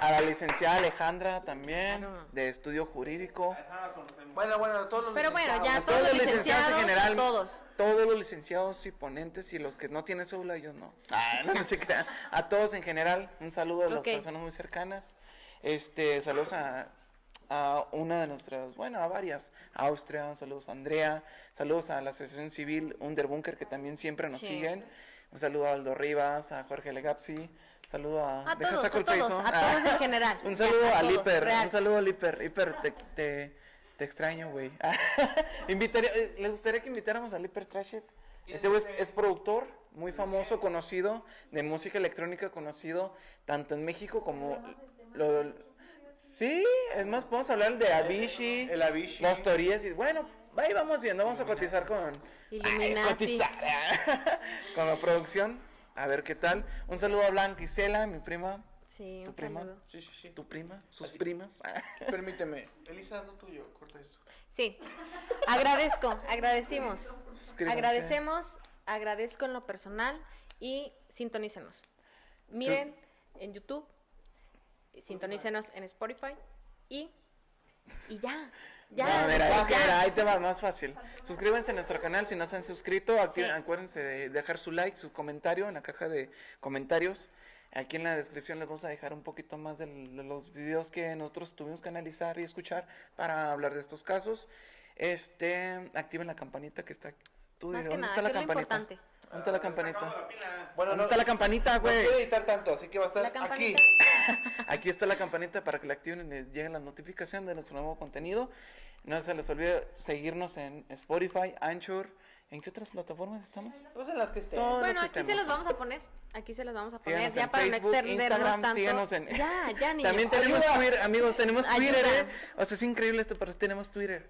Speaker 2: a la licenciada Alejandra también,
Speaker 1: Claro.
Speaker 2: de estudio jurídico.
Speaker 4: A esa no la Ah, conocemos.
Speaker 3: Bueno, bueno, todos los
Speaker 1: pero bueno, ya
Speaker 3: licenciados.
Speaker 1: todos los
Speaker 2: en
Speaker 1: licenciados,
Speaker 2: general,
Speaker 1: todos.
Speaker 2: Todos los licenciados y ponentes y los que no tienen cédula, yo no. Ah, no se crean. A todos en general, un saludo a las
Speaker 1: Ok.
Speaker 2: personas muy cercanas. Este, saludos a, a una de nuestras, bueno, a varias. A Austria, saludos a Andrea, saludos a la Asociación Civil Underbunker que también siempre nos
Speaker 1: Sí.
Speaker 2: siguen. Un saludo a Aldo Rivas, a Jorge Legapsi, saludo a...
Speaker 1: A
Speaker 2: deja
Speaker 1: todos,
Speaker 2: saco
Speaker 1: a
Speaker 2: el
Speaker 1: todos,
Speaker 2: Face, ¿no?
Speaker 1: a todos en general.
Speaker 2: Un
Speaker 1: Ya,
Speaker 2: saludo
Speaker 1: a
Speaker 2: al
Speaker 1: todos,
Speaker 2: Hiper,
Speaker 1: real.
Speaker 2: un saludo al Hiper, Hiper, te, te, te extraño, güey. Invitaría- eh, ¿Les gustaría que invitáramos al Hiper Trashet? Ese güey es, es productor, muy famoso, conocido, de música electrónica conocido, tanto en México como... Lo, sí, es más, podemos hablar de Avicii,
Speaker 3: El Avicii.
Speaker 2: las teorías y... Bueno, ahí vamos viendo, vamos a cotizar con... Ay,
Speaker 1: Illuminati.
Speaker 2: cotizar, ah, con la producción, a ver qué tal. Un saludo a Blanca Isela, mi prima,
Speaker 1: Sí,
Speaker 2: ¿Tu
Speaker 1: un
Speaker 2: prima?
Speaker 1: saludo.
Speaker 3: Sí, sí, sí.
Speaker 2: tu prima, sus primas.
Speaker 3: Permíteme. Elisa, lo tuyo, corta esto.
Speaker 1: Sí, agradezco, agradecimos.
Speaker 2: Suscríbanse.
Speaker 1: Agradecemos, agradezco en lo personal y sintonícenos. Miren en YouTube, sintonícenos en Spotify y, y ya. Ya,
Speaker 2: No, mira, es que
Speaker 1: ya.
Speaker 2: mira, ahí te va más fácil. Suscríbanse a nuestro canal si no se han suscrito. Aquí,
Speaker 1: Sí.
Speaker 2: Acuérdense de dejar su like, su comentario en la caja de comentarios. Aquí en la descripción les vamos a dejar un poquito más del- de los videos que nosotros tuvimos que analizar y escuchar para hablar de estos casos. Este, activen la campanita que está. aquí. Tú,
Speaker 1: Más que
Speaker 2: dime, ¿dónde
Speaker 1: nada,
Speaker 2: está la
Speaker 1: que es lo
Speaker 2: campanita?
Speaker 1: importante.
Speaker 2: ¿Dónde está la
Speaker 4: Sacando
Speaker 2: campanita?
Speaker 4: la pila.
Speaker 3: Ah, Bueno,
Speaker 2: ¿Dónde
Speaker 3: no,
Speaker 2: está la campanita,
Speaker 3: no
Speaker 2: güey?
Speaker 3: quiero editar tanto, así que va a estar
Speaker 1: La
Speaker 3: aquí.
Speaker 1: campanita.
Speaker 2: Aquí está la campanita para que la activen y les llegue la notificación de nuestro nuevo contenido. No se les olvide seguirnos en Spotify, Anchor. ¿En qué otras plataformas estamos?
Speaker 3: Pues en las que estén.
Speaker 2: Todo.
Speaker 1: Bueno,
Speaker 2: que
Speaker 1: aquí se
Speaker 2: estemos.
Speaker 1: los vamos a poner. Aquí se los vamos a poner
Speaker 2: Síganos
Speaker 1: ya
Speaker 2: en
Speaker 1: para
Speaker 2: Facebook,
Speaker 1: no extendernos
Speaker 2: Instagram,
Speaker 1: tanto.
Speaker 2: síganos en...
Speaker 1: Ya, ya, niños.
Speaker 2: También tenemos
Speaker 1: Ayuda.
Speaker 2: Twitter, amigos, tenemos
Speaker 1: Ayuda.
Speaker 2: Twitter, ¿eh? O sea, es increíble esto, pero sí tenemos Twitter.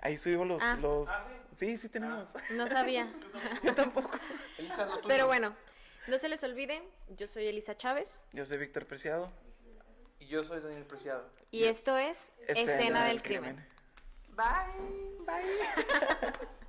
Speaker 2: Ahí subimos los...
Speaker 1: Ah.
Speaker 2: los... Sí, sí tenemos.
Speaker 1: No sabía.
Speaker 2: Yo tampoco.
Speaker 3: Elisa, lo tuyo.
Speaker 1: Pero bueno, no se les olvide, yo soy Elisa Chávez
Speaker 2: Yo soy Víctor Preciado.
Speaker 3: Y yo soy Daniel Preciado.
Speaker 1: y esto es Escena, del crimen.
Speaker 3: Bye. Bye.